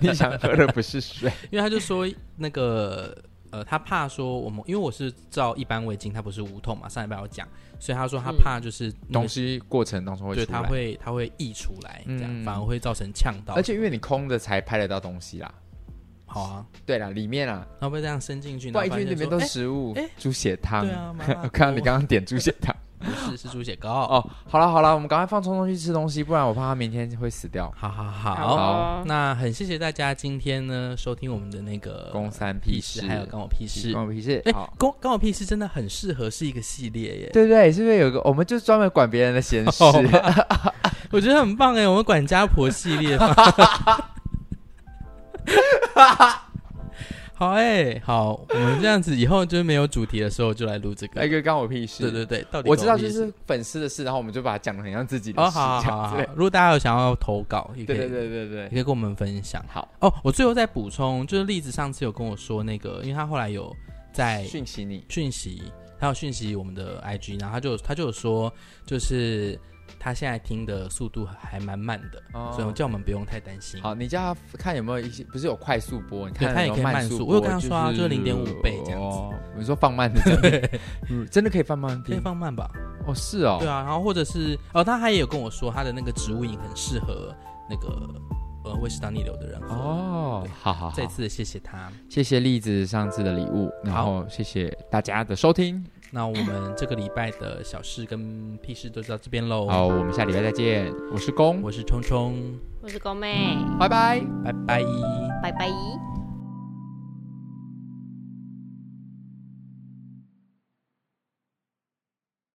Speaker 1: 你想喝的不是水。
Speaker 2: 因为他就说那个呃，他怕说我们，因为我是照一般胃镜，他不是无痛嘛，上礼拜有讲，所以他说他
Speaker 1: 嗯
Speaker 2: 怕就是那
Speaker 1: 东
Speaker 2: 个、
Speaker 1: 西过程当中会
Speaker 2: 对
Speaker 1: 出
Speaker 2: 他
Speaker 1: 来，
Speaker 2: 会他会溢出来，这样、
Speaker 1: 嗯
Speaker 2: 反而会造成呛到。
Speaker 1: 而且因为你空的才拍得到东西啦。
Speaker 2: 好啊，
Speaker 1: 对啦，里面啊，
Speaker 2: 然后被这样伸进去，
Speaker 1: 不然一
Speaker 2: 然
Speaker 1: 堆
Speaker 2: 后发现
Speaker 1: 里面
Speaker 2: 说
Speaker 1: 都是食物
Speaker 2: 哎哎，
Speaker 1: 猪血
Speaker 2: 哎
Speaker 1: 汤
Speaker 2: 对。啊，麻辣
Speaker 1: 我看到你
Speaker 2: 锅
Speaker 1: 刚刚点猪血汤。
Speaker 2: 不是是是猪血糕。哦，
Speaker 1: 哦，好了好了，我们赶快放聪聪去吃东西，不然我怕他明天会死掉。
Speaker 2: 好好好，
Speaker 3: 好哦
Speaker 2: 那很谢谢大家今天呢收听我们的那个
Speaker 1: 公三
Speaker 2: 呃屁
Speaker 1: 屁
Speaker 2: 事，
Speaker 1: 事，
Speaker 2: 还有关我屁事。
Speaker 1: 关我屁事。
Speaker 2: 哎
Speaker 1: 好，，
Speaker 2: 关关我屁事真的很适合是一个系列耶，
Speaker 1: 对不对？是不是有个我们就专门管别人的闲 事？
Speaker 2: 哦我觉得很棒哎，我们管家婆系列。好哎，好，我们这样子以后就是没有主题的时候就来录这
Speaker 1: 那
Speaker 2: 个。
Speaker 1: 个关我屁事。
Speaker 2: 对对对，到底
Speaker 1: 哎我知道
Speaker 2: 关
Speaker 1: 就
Speaker 2: 屁事
Speaker 1: 是粉丝的事，然后我们就把它讲的很像自己的
Speaker 2: 哦，
Speaker 1: 事，
Speaker 2: 好好
Speaker 1: 这
Speaker 2: 好
Speaker 1: 样
Speaker 2: 好
Speaker 1: 子。，
Speaker 2: 如果大家有想要投稿，也可
Speaker 1: 对对
Speaker 2: 以
Speaker 1: 对对对
Speaker 2: 也可以跟我们分享。
Speaker 1: 好
Speaker 2: 哦，我最后再补充，就是栗子上次有跟我说那个，因为他后来有在
Speaker 1: 对，讯息你。
Speaker 2: 讯息，他有讯息我们的 IG，然后他就他就有说，就是他现在听的速度还蛮慢的，
Speaker 1: 哦
Speaker 2: 所以我叫我们不用太担心。
Speaker 1: 好，你叫他看有没有一些，不是有快速播，你
Speaker 2: 对
Speaker 1: 看
Speaker 2: 他也
Speaker 1: 有
Speaker 2: 可
Speaker 1: 没有
Speaker 2: 以慢
Speaker 1: 慢
Speaker 2: 速
Speaker 1: 速
Speaker 2: 我有跟他说啊
Speaker 1: 就
Speaker 2: 就是是0.5倍这样子
Speaker 1: 哦，你说放慢的这样 子，嗯真的可以放慢
Speaker 2: 可以
Speaker 1: 变
Speaker 2: 放慢吧？
Speaker 1: 哦，是哦，
Speaker 2: 对啊，然后或者是哦，他还有跟我说，他的那个植物饮很适合那个呃胃食道逆流的人喝。
Speaker 1: 哦
Speaker 2: 对，
Speaker 1: 好好好
Speaker 2: 再，次谢谢他。
Speaker 1: 谢谢栗子上次的礼物，然
Speaker 2: 好
Speaker 1: 后谢谢大家的收听，
Speaker 2: 那我们这个礼拜的小事跟屁事就到这边喽。
Speaker 1: 好，我们下礼拜再见，我是公，
Speaker 2: 我是冲冲，
Speaker 3: 我是高妹，
Speaker 1: 拜拜。
Speaker 2: 拜拜。
Speaker 3: 拜拜。